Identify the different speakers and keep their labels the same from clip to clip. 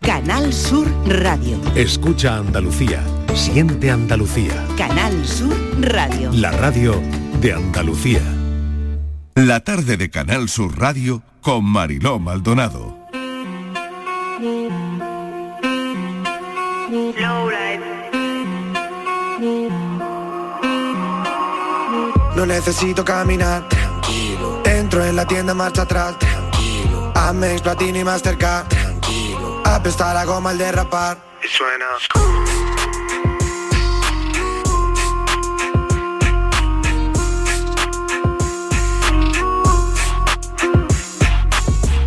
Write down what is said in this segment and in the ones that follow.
Speaker 1: Canal Sur Radio.
Speaker 2: Escucha Andalucía. Siente Andalucía.
Speaker 1: Canal Sur Radio.
Speaker 2: La radio de Andalucía.
Speaker 3: La tarde de Canal Sur Radio con Mariló Maldonado.
Speaker 4: No necesito caminar, tranquilo. Entro en la tienda marcha atrás, tranquilo. Amex Platini Mastercard, tranquilo. Apesta la goma al derrapar. Y suena.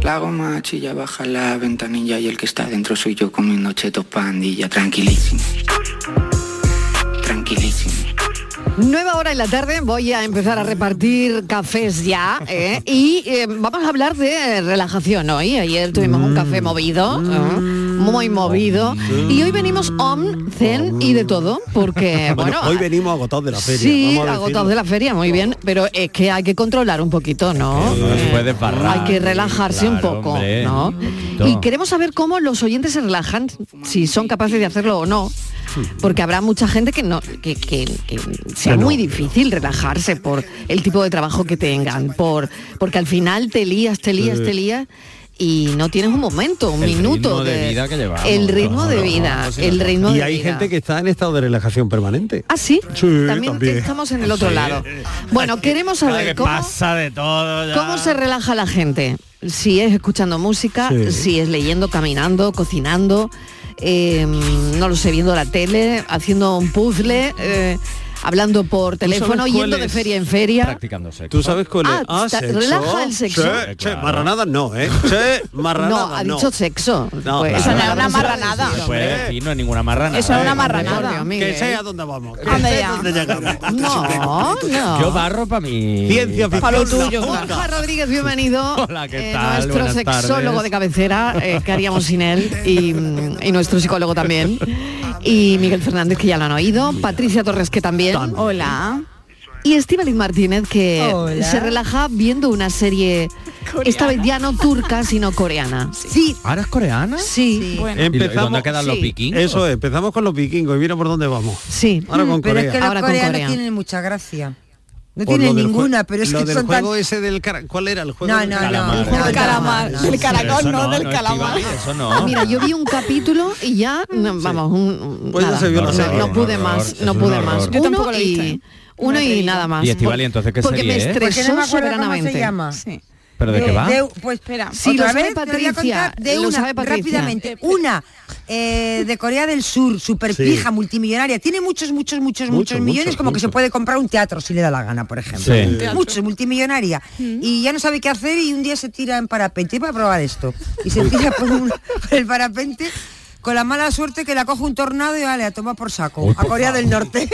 Speaker 5: La goma chilla baja la ventanilla y el que está dentro soy yo comiendo chetos pandilla, tranquilísimo. Tranquilísimo.
Speaker 6: Nueva hora en la tarde, voy a empezar a repartir cafés ya ¿eh? y eh, vamos a hablar de eh, relajación hoy. Ayer tuvimos un
Speaker 7: Mm.
Speaker 6: café movido, ¿eh? muy movido, y hoy venimos on, zen y de todo, porque Eh, bueno, ah,
Speaker 7: Bueno, hoy venimos agotados de la feria.
Speaker 6: sí,
Speaker 7: vamos a
Speaker 6: agotados de la feria, muy bien, pero es que hay que controlar un poquito, ¿no? Eh,
Speaker 7: decirlo.
Speaker 6: Hay que relajarse un poco, ¿no? Y queremos saber cómo los oyentes se relajan, si son capaces de hacerlo o no. Porque habrá mucha gente que no que, que- que sea
Speaker 8: Que no,
Speaker 6: muy difícil relajarse por el tipo de trabajo que tengan, por porque al final te lías, te lías,
Speaker 9: Sí.
Speaker 6: te lías y no tienes un momento, un
Speaker 9: El
Speaker 6: minuto
Speaker 9: ritmo de vida que llevamos,
Speaker 6: el ritmo de
Speaker 7: Claro.
Speaker 6: vida, el ritmo
Speaker 7: y
Speaker 6: de
Speaker 7: hay
Speaker 6: vida.
Speaker 7: gente que está en estado de relajación permanente.
Speaker 6: Ah, sí,
Speaker 7: Sí,
Speaker 6: también,
Speaker 7: también.
Speaker 6: estamos en el otro
Speaker 7: Sí.
Speaker 6: lado. Bueno, queremos saber cómo
Speaker 10: pasa de todo ya.
Speaker 6: ¿Cómo se relaja la gente? Si es escuchando música,
Speaker 10: Sí.
Speaker 6: si es leyendo, caminando, cocinando, eh, no lo sé, viendo la tele, haciendo un puzzle, eh, hablando por teléfono,
Speaker 7: sabes
Speaker 6: yendo
Speaker 7: cuál
Speaker 6: de
Speaker 7: es?
Speaker 6: feria en feria.
Speaker 9: Practicando sexo.
Speaker 7: ¿Tú sabes cuál es?
Speaker 6: Ah, ta- relaja el sexo.
Speaker 7: Sí,
Speaker 6: Eh,
Speaker 7: che,
Speaker 6: claro.
Speaker 7: marranadas no, ¿eh? Che, marranadas
Speaker 6: no, ha dicho sexo. Pues,
Speaker 7: claro.
Speaker 6: eso no es
Speaker 11: una marranada.
Speaker 7: Pues,
Speaker 9: Se puede decir, no es ninguna Pues, marrana.
Speaker 11: Eso es una marranada.
Speaker 7: Que sea donde vamos. Que
Speaker 11: Anda
Speaker 7: sea
Speaker 11: ya.
Speaker 7: donde llegamos.
Speaker 6: No, no.
Speaker 9: Yo barro para mi...
Speaker 7: Ciencia ficción.
Speaker 9: Pa' lo
Speaker 7: la
Speaker 9: tuyo.
Speaker 7: puta.
Speaker 6: Borja Rodríguez, bienvenido.
Speaker 9: Hola, ¿qué
Speaker 6: Eh,
Speaker 9: tal?
Speaker 6: nuestro
Speaker 9: Buenas
Speaker 6: sexólogo
Speaker 9: tardes.
Speaker 6: de cabecera, eh, ¿qué haríamos sin él? Y, mm, y nuestro psicólogo también. Y Miguel Fernández, que ya lo han oído. Patricia Torres, que también. Hola. Y Estíbaliz Martínez, que
Speaker 12: Hola.
Speaker 6: se relaja viendo una serie, esta vez ya no turca, sino coreana. Sí.
Speaker 9: ¿Ahora es coreana?
Speaker 6: Sí. Bueno.
Speaker 9: ¿Y dónde quedan los
Speaker 6: Sí.
Speaker 9: vikingos?
Speaker 7: Eso es, empezamos con los vikingos y mira por dónde vamos.
Speaker 6: Sí.
Speaker 7: Ahora con
Speaker 12: Mm, pero
Speaker 7: Corea.
Speaker 12: es que los
Speaker 7: Ahora con
Speaker 12: coreanos
Speaker 7: Corea.
Speaker 12: tienen mucha gracia. No
Speaker 7: Por
Speaker 12: tienen
Speaker 7: lo del jue-
Speaker 12: ninguna, pero es
Speaker 7: lo
Speaker 12: que
Speaker 7: del
Speaker 12: son tan...
Speaker 7: juego ese del cara- ¿Cuál era el juego?
Speaker 12: No,
Speaker 7: del
Speaker 12: no, no.
Speaker 7: calamar?
Speaker 12: El juego del calamar.
Speaker 7: Del caracol, Eso no, no, del no, calamar. Estivali, eso no.
Speaker 6: Ah, Mira, yo vi un capítulo y ya, no, vamos, un-
Speaker 7: Pues ya
Speaker 6: nada.
Speaker 7: se vio la
Speaker 6: no,
Speaker 7: serie.
Speaker 6: no pude
Speaker 7: Un horror,
Speaker 6: más,
Speaker 7: es
Speaker 6: no
Speaker 7: un
Speaker 6: pude
Speaker 7: horror.
Speaker 6: más.
Speaker 7: Yo
Speaker 6: uno y, uno y nada más.
Speaker 9: Y Estivali, entonces, ¿qué
Speaker 6: Porque me
Speaker 7: eh?
Speaker 9: serie es?
Speaker 6: estresó
Speaker 12: Porque no me acuerdo cómo
Speaker 6: soberanamente.
Speaker 12: se llama.
Speaker 9: ¿Pero de qué va?
Speaker 12: pues espera,
Speaker 6: Sí,
Speaker 12: otra
Speaker 6: lo sabe
Speaker 12: vez te voy a
Speaker 6: Patricia,
Speaker 12: contar de
Speaker 6: lo
Speaker 12: una,
Speaker 6: sabe Patricia.
Speaker 12: rápidamente. Una eh, de Corea del Sur, super pija,
Speaker 6: Sí.
Speaker 12: multimillonaria. Tiene muchos, muchos, muchos,
Speaker 6: Muchos,
Speaker 12: muchos millones,
Speaker 6: muchos,
Speaker 12: como que se
Speaker 6: muchos.
Speaker 12: puede comprar un teatro si le da la gana, por ejemplo.
Speaker 6: Sí. Un teatro. Mm.
Speaker 12: Muchos, multimillonaria. Y ya no sabe qué hacer y un día se tira en parapente. Iba a probar esto. Y se tira por, un- por el parapente con la mala suerte que la coge un tornado y vale, a tomar por saco. a Corea del Norte.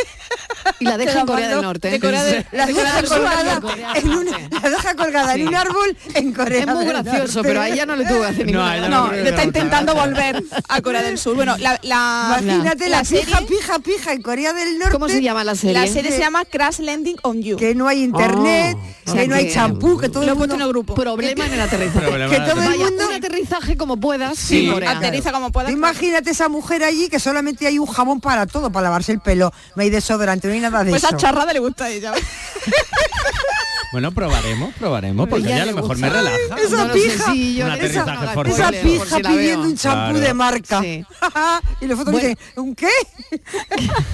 Speaker 6: Y la deja
Speaker 12: Te la
Speaker 6: en Corea del
Speaker 12: mando
Speaker 6: Norte. ¿eh?
Speaker 12: de Corea del-
Speaker 6: La
Speaker 12: de
Speaker 6: deja
Speaker 12: Corea del Sur a
Speaker 6: colgada
Speaker 12: la-
Speaker 6: en una...
Speaker 12: La deja colgada en un árbol en Corea.
Speaker 6: Es muy
Speaker 12: del
Speaker 6: gracioso,
Speaker 12: Norte.
Speaker 6: pero a ella no le tuvo que hacer ninguna gracia.
Speaker 11: No, está intentando volver a Corea del Sur. Bueno, la, la-
Speaker 12: Imagínate la, pija, pija, pija en Corea del Norte.
Speaker 6: ¿Cómo se llama la serie?
Speaker 11: La serie se llama Crash Landing on You.
Speaker 12: Que no hay internet,
Speaker 6: Oh, o sea
Speaker 12: que no hay
Speaker 6: que-
Speaker 12: champú, que todo el mundo...
Speaker 11: grupo.
Speaker 6: Problema en el aterrizaje.
Speaker 9: Problema en el
Speaker 6: Que todo el
Speaker 12: aterrizaje.
Speaker 6: mundo un aterrizaje como puedas.
Speaker 11: Sí,
Speaker 6: en Corea.
Speaker 11: aterriza como pueda.
Speaker 12: Imagínate esa mujer allí que solamente hay un jabón para todo, para lavarse el pelo. No hay desodorante, no hay nada de
Speaker 11: Pues
Speaker 12: eso.
Speaker 11: a charrada le gusta a ella.
Speaker 9: Bueno, probaremos, probaremos, porque
Speaker 11: Ella
Speaker 9: ya a
Speaker 11: le
Speaker 9: lo mejor
Speaker 11: gusta.
Speaker 9: me relaja.
Speaker 12: Esa
Speaker 6: No lo sé,
Speaker 12: pija,
Speaker 6: sí, yo-
Speaker 9: Un
Speaker 12: esa-
Speaker 9: aterrizaje forzado.
Speaker 12: esa
Speaker 6: Por
Speaker 12: pija
Speaker 6: si la veo.
Speaker 12: pidiendo un champú
Speaker 9: Claro.
Speaker 12: de marca.
Speaker 6: Sí.
Speaker 12: Ah, y la foto
Speaker 6: Bueno.
Speaker 12: dice, ¿un qué?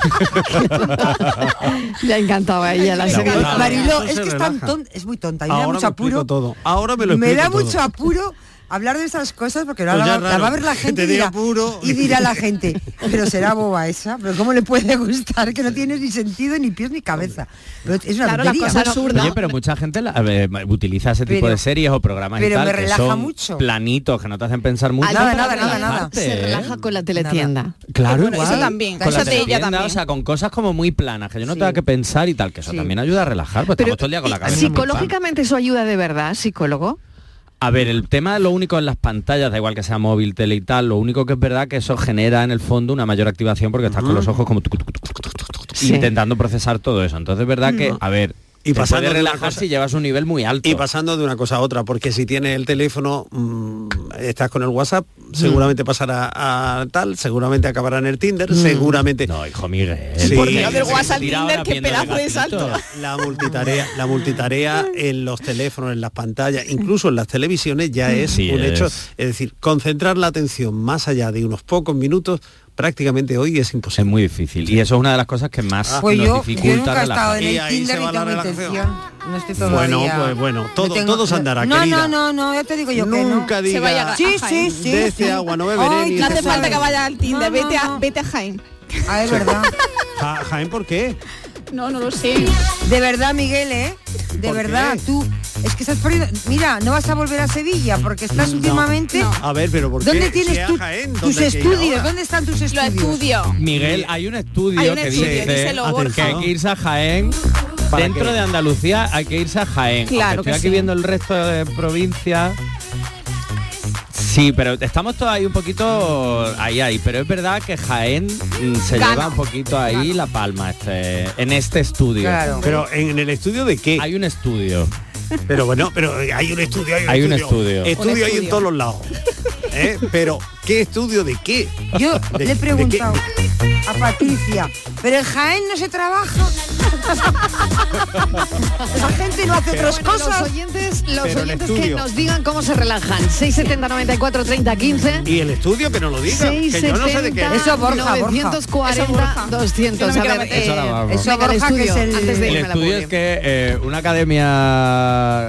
Speaker 6: Le ha encantado a ella la
Speaker 7: Le ha
Speaker 6: serie.
Speaker 7: encantado.
Speaker 12: Mariló,
Speaker 7: Eso
Speaker 12: es
Speaker 7: se
Speaker 12: que es tan
Speaker 7: relaja.
Speaker 12: tonta, es muy tonta. y me da
Speaker 7: Ahora
Speaker 12: mucho
Speaker 7: me explico
Speaker 12: apuro.
Speaker 7: todo. Ahora me lo
Speaker 12: me
Speaker 7: explico
Speaker 12: da
Speaker 7: todo.
Speaker 12: mucho apuro hablar de esas cosas porque ahora
Speaker 7: Pues ya
Speaker 12: la, va- la va a
Speaker 7: raro,
Speaker 12: ver la
Speaker 7: que
Speaker 12: gente
Speaker 7: te
Speaker 12: y
Speaker 7: dé
Speaker 12: dirá,
Speaker 7: apuro.
Speaker 12: y dirá la gente, pero será boba esa, pero cómo le puede gustar que no tiene ni sentido, ni pies, ni cabeza. Pero es una
Speaker 11: Claro, la
Speaker 12: tontería.
Speaker 11: cosa absurda.
Speaker 9: Oye, pero mucha gente la- a ver, utiliza ese tipo
Speaker 12: Pero-
Speaker 9: de series o programas y
Speaker 12: pero
Speaker 9: tal,
Speaker 12: me
Speaker 9: que
Speaker 12: relaja
Speaker 9: son
Speaker 12: mucho.
Speaker 9: planitos que no te hacen pensar mucho.
Speaker 12: Nada,
Speaker 9: pero
Speaker 12: nada,
Speaker 9: que
Speaker 12: nada,
Speaker 9: relajarte,
Speaker 12: nada.
Speaker 6: Se
Speaker 9: ¿eh?
Speaker 6: relaja con la teletienda.
Speaker 9: Claro,
Speaker 11: Bueno,
Speaker 9: igual.
Speaker 11: eso también.
Speaker 9: Con la
Speaker 11: Eso de ella
Speaker 9: teletienda,
Speaker 11: también.
Speaker 9: O sea, con cosas como muy planas, que yo no tenga que pensar y tal, que eso también ayuda a relajar, pues estamos todo el día con la cabeza. en el pan.
Speaker 6: Psicológicamente eso ayuda de verdad, psicólogo.
Speaker 9: A ver, el tema, lo único en las pantallas, da igual que sea móvil, tele y tal, lo único que es verdad que eso genera en el fondo una mayor activación porque estás con los ojos como tuc, tuc, tuc, tuc, tuc, tuc, tuc,
Speaker 6: Sí.
Speaker 9: intentando procesar todo eso. Entonces es verdad que, a ver, Y pasando
Speaker 7: pasando de
Speaker 9: puede
Speaker 7: una
Speaker 9: relajarse y llevas un nivel muy alto.
Speaker 7: Y pasando de una cosa a otra, porque si tienes el teléfono, mm, estás con el WhatsApp,
Speaker 12: Mm.
Speaker 7: seguramente pasará a tal, seguramente acabará en el Tinder, seguramente... No,
Speaker 9: hijo Miguel.
Speaker 11: Porque lo del WhatsApp al Tinder, qué pedazo de salto.
Speaker 7: La multitarea, la multitarea en los teléfonos, en las pantallas, incluso en las televisiones ya es
Speaker 9: Sí,
Speaker 7: un hecho.
Speaker 9: es.
Speaker 7: Es decir, concentrar la atención más allá de unos pocos minutos prácticamente hoy es imposible.
Speaker 9: Es muy difícil. Y eso es una de las cosas que
Speaker 7: Ah,
Speaker 9: más
Speaker 12: Pues
Speaker 9: nos
Speaker 12: yo,
Speaker 9: dificulta
Speaker 12: yo nunca he estado
Speaker 9: relajar.
Speaker 12: en
Speaker 7: Y
Speaker 12: el
Speaker 7: ahí
Speaker 12: Tinder
Speaker 7: se
Speaker 12: y
Speaker 7: va la
Speaker 12: tengo
Speaker 7: relajación.
Speaker 12: intención. No estoy
Speaker 7: Bueno,
Speaker 12: todavía.
Speaker 7: pues bueno, todo-
Speaker 12: No
Speaker 7: todo se andará,
Speaker 12: no,
Speaker 7: querida.
Speaker 12: No, no, no, ya te digo yo que no.
Speaker 7: Nunca diga,
Speaker 12: Sí, sí,
Speaker 7: de
Speaker 12: sí. sí.
Speaker 7: este agua no beberé
Speaker 12: Ay,
Speaker 7: ni
Speaker 11: No
Speaker 7: este
Speaker 11: hace
Speaker 7: sal".
Speaker 11: falta que vaya al Tinder,
Speaker 12: No, no,
Speaker 11: vete,
Speaker 12: no.
Speaker 11: A, vete a Jaén.
Speaker 12: Ah, es verdad.
Speaker 7: Ja- Ah, Jaén, ¿por qué?
Speaker 11: No, no lo sé.
Speaker 12: De verdad, Miguel, ¿eh? De
Speaker 7: ¿Por
Speaker 12: verdad,
Speaker 7: qué?
Speaker 12: tú. Es que estás perdiendo. Mira, no vas a volver a Sevilla porque estás últimamente.
Speaker 7: A ver, pero ¿por qué?
Speaker 12: ¿Dónde
Speaker 7: Si
Speaker 12: tienes
Speaker 7: a
Speaker 12: tú-
Speaker 7: Jaén, ¿dónde
Speaker 12: tus
Speaker 7: hay que ir
Speaker 12: estudios?
Speaker 7: ahora?
Speaker 12: ¿Dónde están tus
Speaker 11: Lo
Speaker 12: estudios?
Speaker 11: estudio.
Speaker 9: Miguel, hay un estudio
Speaker 11: Hay un
Speaker 9: que
Speaker 11: estudio,
Speaker 9: dice
Speaker 11: díselo,
Speaker 9: que
Speaker 11: Borja.
Speaker 9: hay que irse a Jaén.
Speaker 7: ¿Para
Speaker 9: Dentro
Speaker 7: qué?
Speaker 9: de Andalucía hay que irse a Jaén.
Speaker 11: Claro
Speaker 9: Aunque
Speaker 11: que
Speaker 9: estoy aquí
Speaker 11: sí.
Speaker 9: viendo el resto de provincias. Sí, pero estamos todos ahí un poquito ahí ahí, pero es verdad que Jaén mm, se
Speaker 11: Gana.
Speaker 9: lleva un poquito ahí la palma este, en este estudio.
Speaker 12: Claro.
Speaker 7: Pero en el estudio de qué?
Speaker 9: Hay un estudio.
Speaker 7: Pero bueno, pero hay un estudio, hay un
Speaker 9: Hay un
Speaker 7: estudio.
Speaker 9: estudio.
Speaker 11: Un
Speaker 7: hay en
Speaker 11: estudio.
Speaker 7: todos los lados. ¿Eh? Pero, ¿qué estudio de qué?
Speaker 12: Yo
Speaker 7: ¿De-
Speaker 12: le he
Speaker 7: de qué?
Speaker 12: preguntado a Patricia, pero en Jaén no se trabaja. La gente no hace otras
Speaker 6: Bueno,
Speaker 12: cosas.
Speaker 6: Los oyentes, los
Speaker 7: Pero el
Speaker 6: oyentes que
Speaker 7: estudio.
Speaker 6: nos digan cómo se relajan. 670 94 30 15.
Speaker 7: Y el estudio, que no lo diga, que yo no sé de qué.
Speaker 6: 670
Speaker 12: Eso, Borja, Borja.
Speaker 6: 940
Speaker 11: Eso, Borja.
Speaker 6: 200.
Speaker 11: Yo no me
Speaker 6: a
Speaker 11: quiero
Speaker 6: ver,
Speaker 11: meter.
Speaker 9: Eso la vamos.
Speaker 12: Eso,
Speaker 6: venga, el
Speaker 12: Borja, que
Speaker 6: estudio,
Speaker 12: es el-
Speaker 6: antes de
Speaker 9: El
Speaker 6: irme a la
Speaker 9: estudio
Speaker 6: publi.
Speaker 9: es que eh, una academia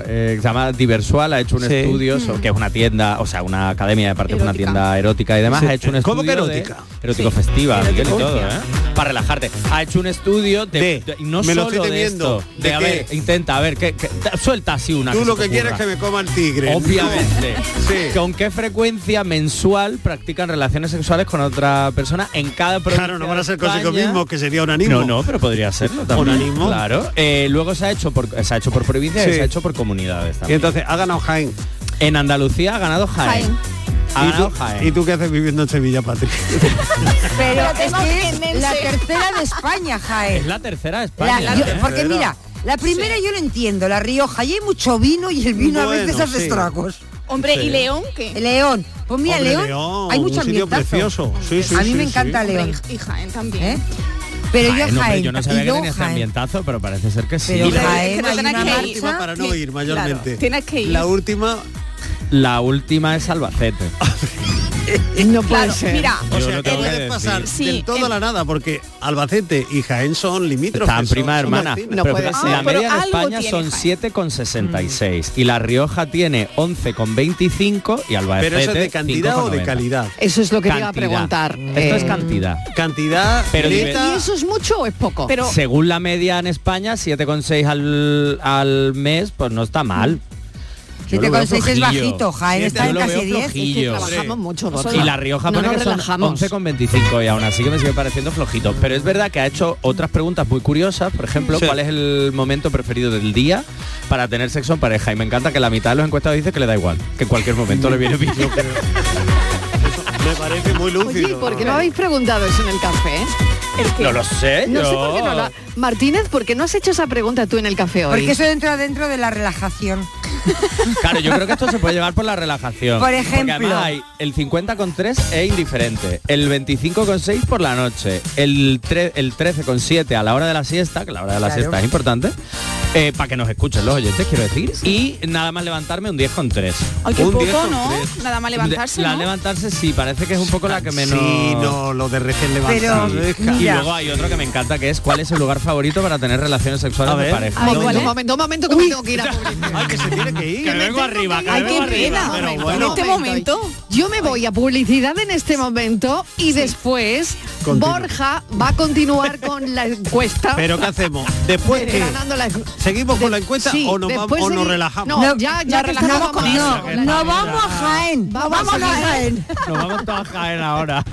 Speaker 9: eh, llamada Diversual ha hecho un
Speaker 7: Sí.
Speaker 9: estudio, so- que es una tienda, o sea, una academia de parte de una
Speaker 11: Erótica.
Speaker 9: tienda erótica y demás,
Speaker 7: Sí.
Speaker 9: ha hecho un estudio
Speaker 7: ¿Cómo que
Speaker 9: de-
Speaker 7: erótica?
Speaker 9: erótico
Speaker 11: Sí.
Speaker 9: festiva, Miguel, y
Speaker 7: Erótico
Speaker 9: todo,
Speaker 7: festiva.
Speaker 9: ¿eh? Para relajarte. Ha hecho un estudio de,
Speaker 7: De-
Speaker 9: de- no
Speaker 7: me lo
Speaker 9: solo
Speaker 7: estoy
Speaker 9: de
Speaker 7: temiendo.
Speaker 9: esto,
Speaker 7: ¿De
Speaker 9: de, a
Speaker 7: qué?
Speaker 9: ver, intenta, a ver, que, que- ta- suelta así una.
Speaker 7: Tú
Speaker 9: se
Speaker 7: lo
Speaker 9: te
Speaker 7: que quieres es
Speaker 9: ocurra.
Speaker 7: que me coma el tigre.
Speaker 9: Obviamente.
Speaker 7: Sí.
Speaker 9: ¿Con qué frecuencia mensual practican relaciones sexuales con otra persona en cada provincia
Speaker 7: Claro, no van
Speaker 9: de
Speaker 7: a ser consigo
Speaker 9: España?
Speaker 7: mismo, que sería onanismo.
Speaker 9: No, no, pero podría serlo también.
Speaker 7: Onanismo.
Speaker 9: Claro. Eh, luego se ha hecho por se ha hecho por provincia y
Speaker 7: Sí.
Speaker 9: se ha hecho por comunidades
Speaker 7: Y
Speaker 9: también.
Speaker 7: entonces, ha ganado Jaén.
Speaker 9: en Andalucía ha ganado Jaén.
Speaker 11: Jaén.
Speaker 9: Ha
Speaker 7: ¿Y
Speaker 9: ganado
Speaker 7: tú,
Speaker 9: Jaén.
Speaker 7: ¿Y tú qué haces viviendo en Sevilla, Patrick?
Speaker 12: Pero es
Speaker 11: tenemos
Speaker 12: que
Speaker 11: que
Speaker 12: es
Speaker 11: mense.
Speaker 12: la tercera de España,
Speaker 9: Es
Speaker 12: Jaén.
Speaker 9: la tercera de
Speaker 12: La-
Speaker 9: España.
Speaker 12: la-
Speaker 9: ¿eh?
Speaker 12: yo- porque mira, la primera yo lo entiendo, la Rioja, y hay mucho vino y el vino a
Speaker 7: Bueno,
Speaker 12: veces hace
Speaker 7: sí.
Speaker 12: estragos.
Speaker 11: Hombre, ¿y León qué?
Speaker 12: León, pues mira,
Speaker 7: Hombre,
Speaker 12: León, hay mucho
Speaker 7: un sitio
Speaker 12: ambientazo.
Speaker 7: precioso. Sí, sí,
Speaker 12: a mí
Speaker 7: sí,
Speaker 12: me encanta
Speaker 7: sí.
Speaker 12: León,
Speaker 11: Hombre, Y y Jaén también.
Speaker 12: ¿eh? Pero yo a
Speaker 9: Jaén, hombre,
Speaker 12: Jaén,
Speaker 9: yo no
Speaker 12: y
Speaker 9: sabía que
Speaker 12: luego
Speaker 9: tenía este
Speaker 12: Jaén.
Speaker 9: ambientazo, pero parece ser que sí.
Speaker 12: Pero
Speaker 9: Y la-
Speaker 11: Jaén-
Speaker 12: Jaén
Speaker 11: que
Speaker 12: hay
Speaker 11: te
Speaker 12: una
Speaker 11: tenés que ir.
Speaker 7: Última
Speaker 12: marcha.
Speaker 7: para no
Speaker 11: Sí,
Speaker 7: ir
Speaker 11: claro.
Speaker 7: mayormente.
Speaker 11: Tienes que ir.
Speaker 7: La última,
Speaker 9: la última es Albacete.
Speaker 6: No puede
Speaker 11: Eh, Claro,
Speaker 6: ser.
Speaker 11: mira,
Speaker 7: o
Speaker 9: Yo
Speaker 7: sea,
Speaker 9: lo
Speaker 7: que
Speaker 9: tengo que
Speaker 7: puedes
Speaker 9: decir.
Speaker 7: pasar
Speaker 11: Sí,
Speaker 7: del todo
Speaker 11: en-
Speaker 7: a la nada, porque Albacete y Jaén son limítrofes.
Speaker 9: Están
Speaker 7: son-
Speaker 9: prima
Speaker 7: son
Speaker 9: hermana.
Speaker 7: vecinos.
Speaker 6: No
Speaker 9: Pero
Speaker 6: puede
Speaker 9: fíjate,
Speaker 6: ser.
Speaker 9: La
Speaker 11: Ah, pero
Speaker 9: media en
Speaker 11: algo
Speaker 9: España
Speaker 11: tiene
Speaker 9: son
Speaker 11: Jaén.
Speaker 9: 7,66 y La Rioja tiene 11,25 y Albacete
Speaker 7: Pero eso es de cantidad o de
Speaker 9: 5,90.
Speaker 7: calidad.
Speaker 6: Eso es lo que te iba a
Speaker 9: Cantidad.
Speaker 6: preguntar.
Speaker 9: Esto
Speaker 6: Eh,
Speaker 9: es cantidad.
Speaker 7: Cantidad,
Speaker 9: Pero
Speaker 7: neta,
Speaker 6: ¿Y eso es mucho o es poco?
Speaker 11: Pero
Speaker 9: Según la media en España, 7,6 al, al mes, pues no está mal. Yo lo veo
Speaker 12: 7,6 es
Speaker 9: flojillo.
Speaker 12: bajito, Jaén
Speaker 7: Siete,
Speaker 12: está
Speaker 9: yo
Speaker 12: en
Speaker 9: lo
Speaker 12: casi
Speaker 9: veo
Speaker 12: 10.
Speaker 9: flojillo.
Speaker 6: Es que
Speaker 9: Hombre.
Speaker 6: trabajamos mucho, Borja.
Speaker 9: Y la Rioja
Speaker 6: no
Speaker 9: pone
Speaker 6: nos
Speaker 9: que son
Speaker 6: relajamos.
Speaker 9: 11,25 y aún así que me sigue pareciendo flojito. Pero es verdad que ha hecho otras preguntas muy curiosas. Por ejemplo,
Speaker 7: Sí.
Speaker 9: ¿cuál es el momento preferido del día para tener sexo en pareja? Y me encanta que la mitad de los encuestados dice que le da igual, que en cualquier momento le viene bien.
Speaker 7: me parece muy lúcido.
Speaker 6: Oye, ¿y ¿por qué no habéis preguntado eso en el café?
Speaker 11: el que
Speaker 9: No lo
Speaker 7: ¿Eh?
Speaker 9: sé.
Speaker 6: No
Speaker 9: yo.
Speaker 6: sé por qué no lo ha- Martínez, ¿por qué no has hecho esa pregunta tú en el café hoy?
Speaker 12: Porque eso entra dentro de la relajación.
Speaker 9: Claro, yo creo que esto se puede llevar por la relajación.
Speaker 12: Por
Speaker 9: Porque
Speaker 12: ejemplo.
Speaker 9: además hay el 50,3 es indiferente, el 25,6 por la noche, el, tre- el 13,7 a la hora de la siesta, que la hora de la
Speaker 12: Claro.
Speaker 9: siesta es importante, para que nos escuchen los oyentes, quiero decir, y nada más levantarme un 10,3.
Speaker 11: Ay, qué
Speaker 7: Un diez
Speaker 11: poco,
Speaker 7: con
Speaker 11: ¿no?
Speaker 7: tres.
Speaker 11: Nada más levantarse,
Speaker 9: La
Speaker 11: ¿no?
Speaker 9: levantarse sí, parece que es un poco la que menos...
Speaker 7: Ah, Sí, no, lo de recién levantado.
Speaker 12: Pero-
Speaker 7: es ca-
Speaker 9: Y
Speaker 12: Ya.
Speaker 9: luego hay otro que me encanta que es cuál es el lugar favorito para tener relaciones sexuales
Speaker 7: A
Speaker 9: de
Speaker 7: ver.
Speaker 9: pareja.
Speaker 6: Un
Speaker 11: Ay,
Speaker 6: momento,
Speaker 11: ¿cuál
Speaker 6: Ah, un
Speaker 11: es?
Speaker 6: momento, un momento, que me tengo que ir a publicidad.
Speaker 7: Ay, que se tiene que ir.
Speaker 9: Que vengo arriba, que
Speaker 11: Ay,
Speaker 9: vengo
Speaker 11: qué
Speaker 9: arriba.
Speaker 11: pena.
Speaker 7: Pero
Speaker 11: En
Speaker 7: bueno.
Speaker 11: este momento.
Speaker 6: Yo me voy a publicidad en este momento y después
Speaker 7: Continúa.
Speaker 6: Borja va a continuar con la encuesta. Eh,
Speaker 7: Pero ¿qué hacemos? Después que...
Speaker 6: Ganando la encu-
Speaker 7: ¿Seguimos con la encuesta
Speaker 6: Sí,
Speaker 7: o nos, vamos-
Speaker 6: después
Speaker 7: o nos
Speaker 6: de-
Speaker 7: relajamos?
Speaker 6: No, ya, ya
Speaker 11: nos
Speaker 6: que
Speaker 11: relajamos
Speaker 6: estamos
Speaker 11: con
Speaker 6: con
Speaker 11: eso.
Speaker 6: la-
Speaker 12: No,
Speaker 6: con la-
Speaker 12: no vamos a Jaén.
Speaker 6: Vamos, a Jaén.
Speaker 9: Nos vamos todos a caer ahora.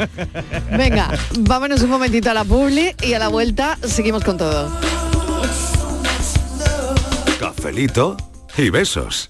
Speaker 6: Venga, vámonos un momentito a la publi y a la vuelta seguimos con todo.
Speaker 2: Cafelito y besos.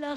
Speaker 1: La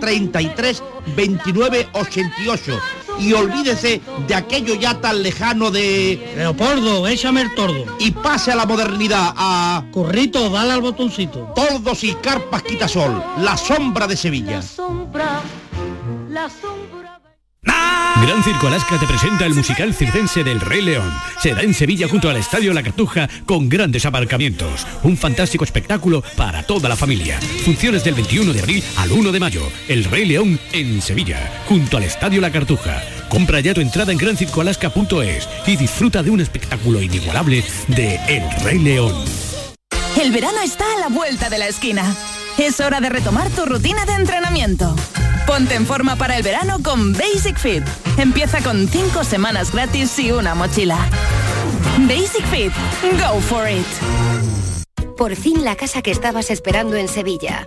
Speaker 8: 33 29 88 y olvídese de aquello ya tan lejano de...
Speaker 13: Leopoldo, échame el tordo.
Speaker 8: Y pase a la modernidad, a...
Speaker 13: Corrito, dale al botoncito.
Speaker 8: Tordos y carpas quitasol, la sombra de Sevilla.
Speaker 1: Sombra, la sombra.
Speaker 14: Gran Circo Alaska te presenta el musical circense del Rey León. Será en Sevilla junto al Estadio La Cartuja con grandes aparcamientos. Un fantástico espectáculo para toda la familia. Funciones del 21 de abril al 1 de mayo. El Rey León en Sevilla junto al Estadio La Cartuja. Compra ya tu entrada en grancircoalaska.es y disfruta de un espectáculo inigualable de El Rey León.
Speaker 15: El verano está a la vuelta de la esquina. Es hora de retomar tu rutina de entrenamiento. Ponte en forma para el verano con Basic Fit. Empieza con 5 semanas gratis y una mochila. Basic Fit. Go for it.
Speaker 16: Por fin la casa que estabas esperando en Sevilla.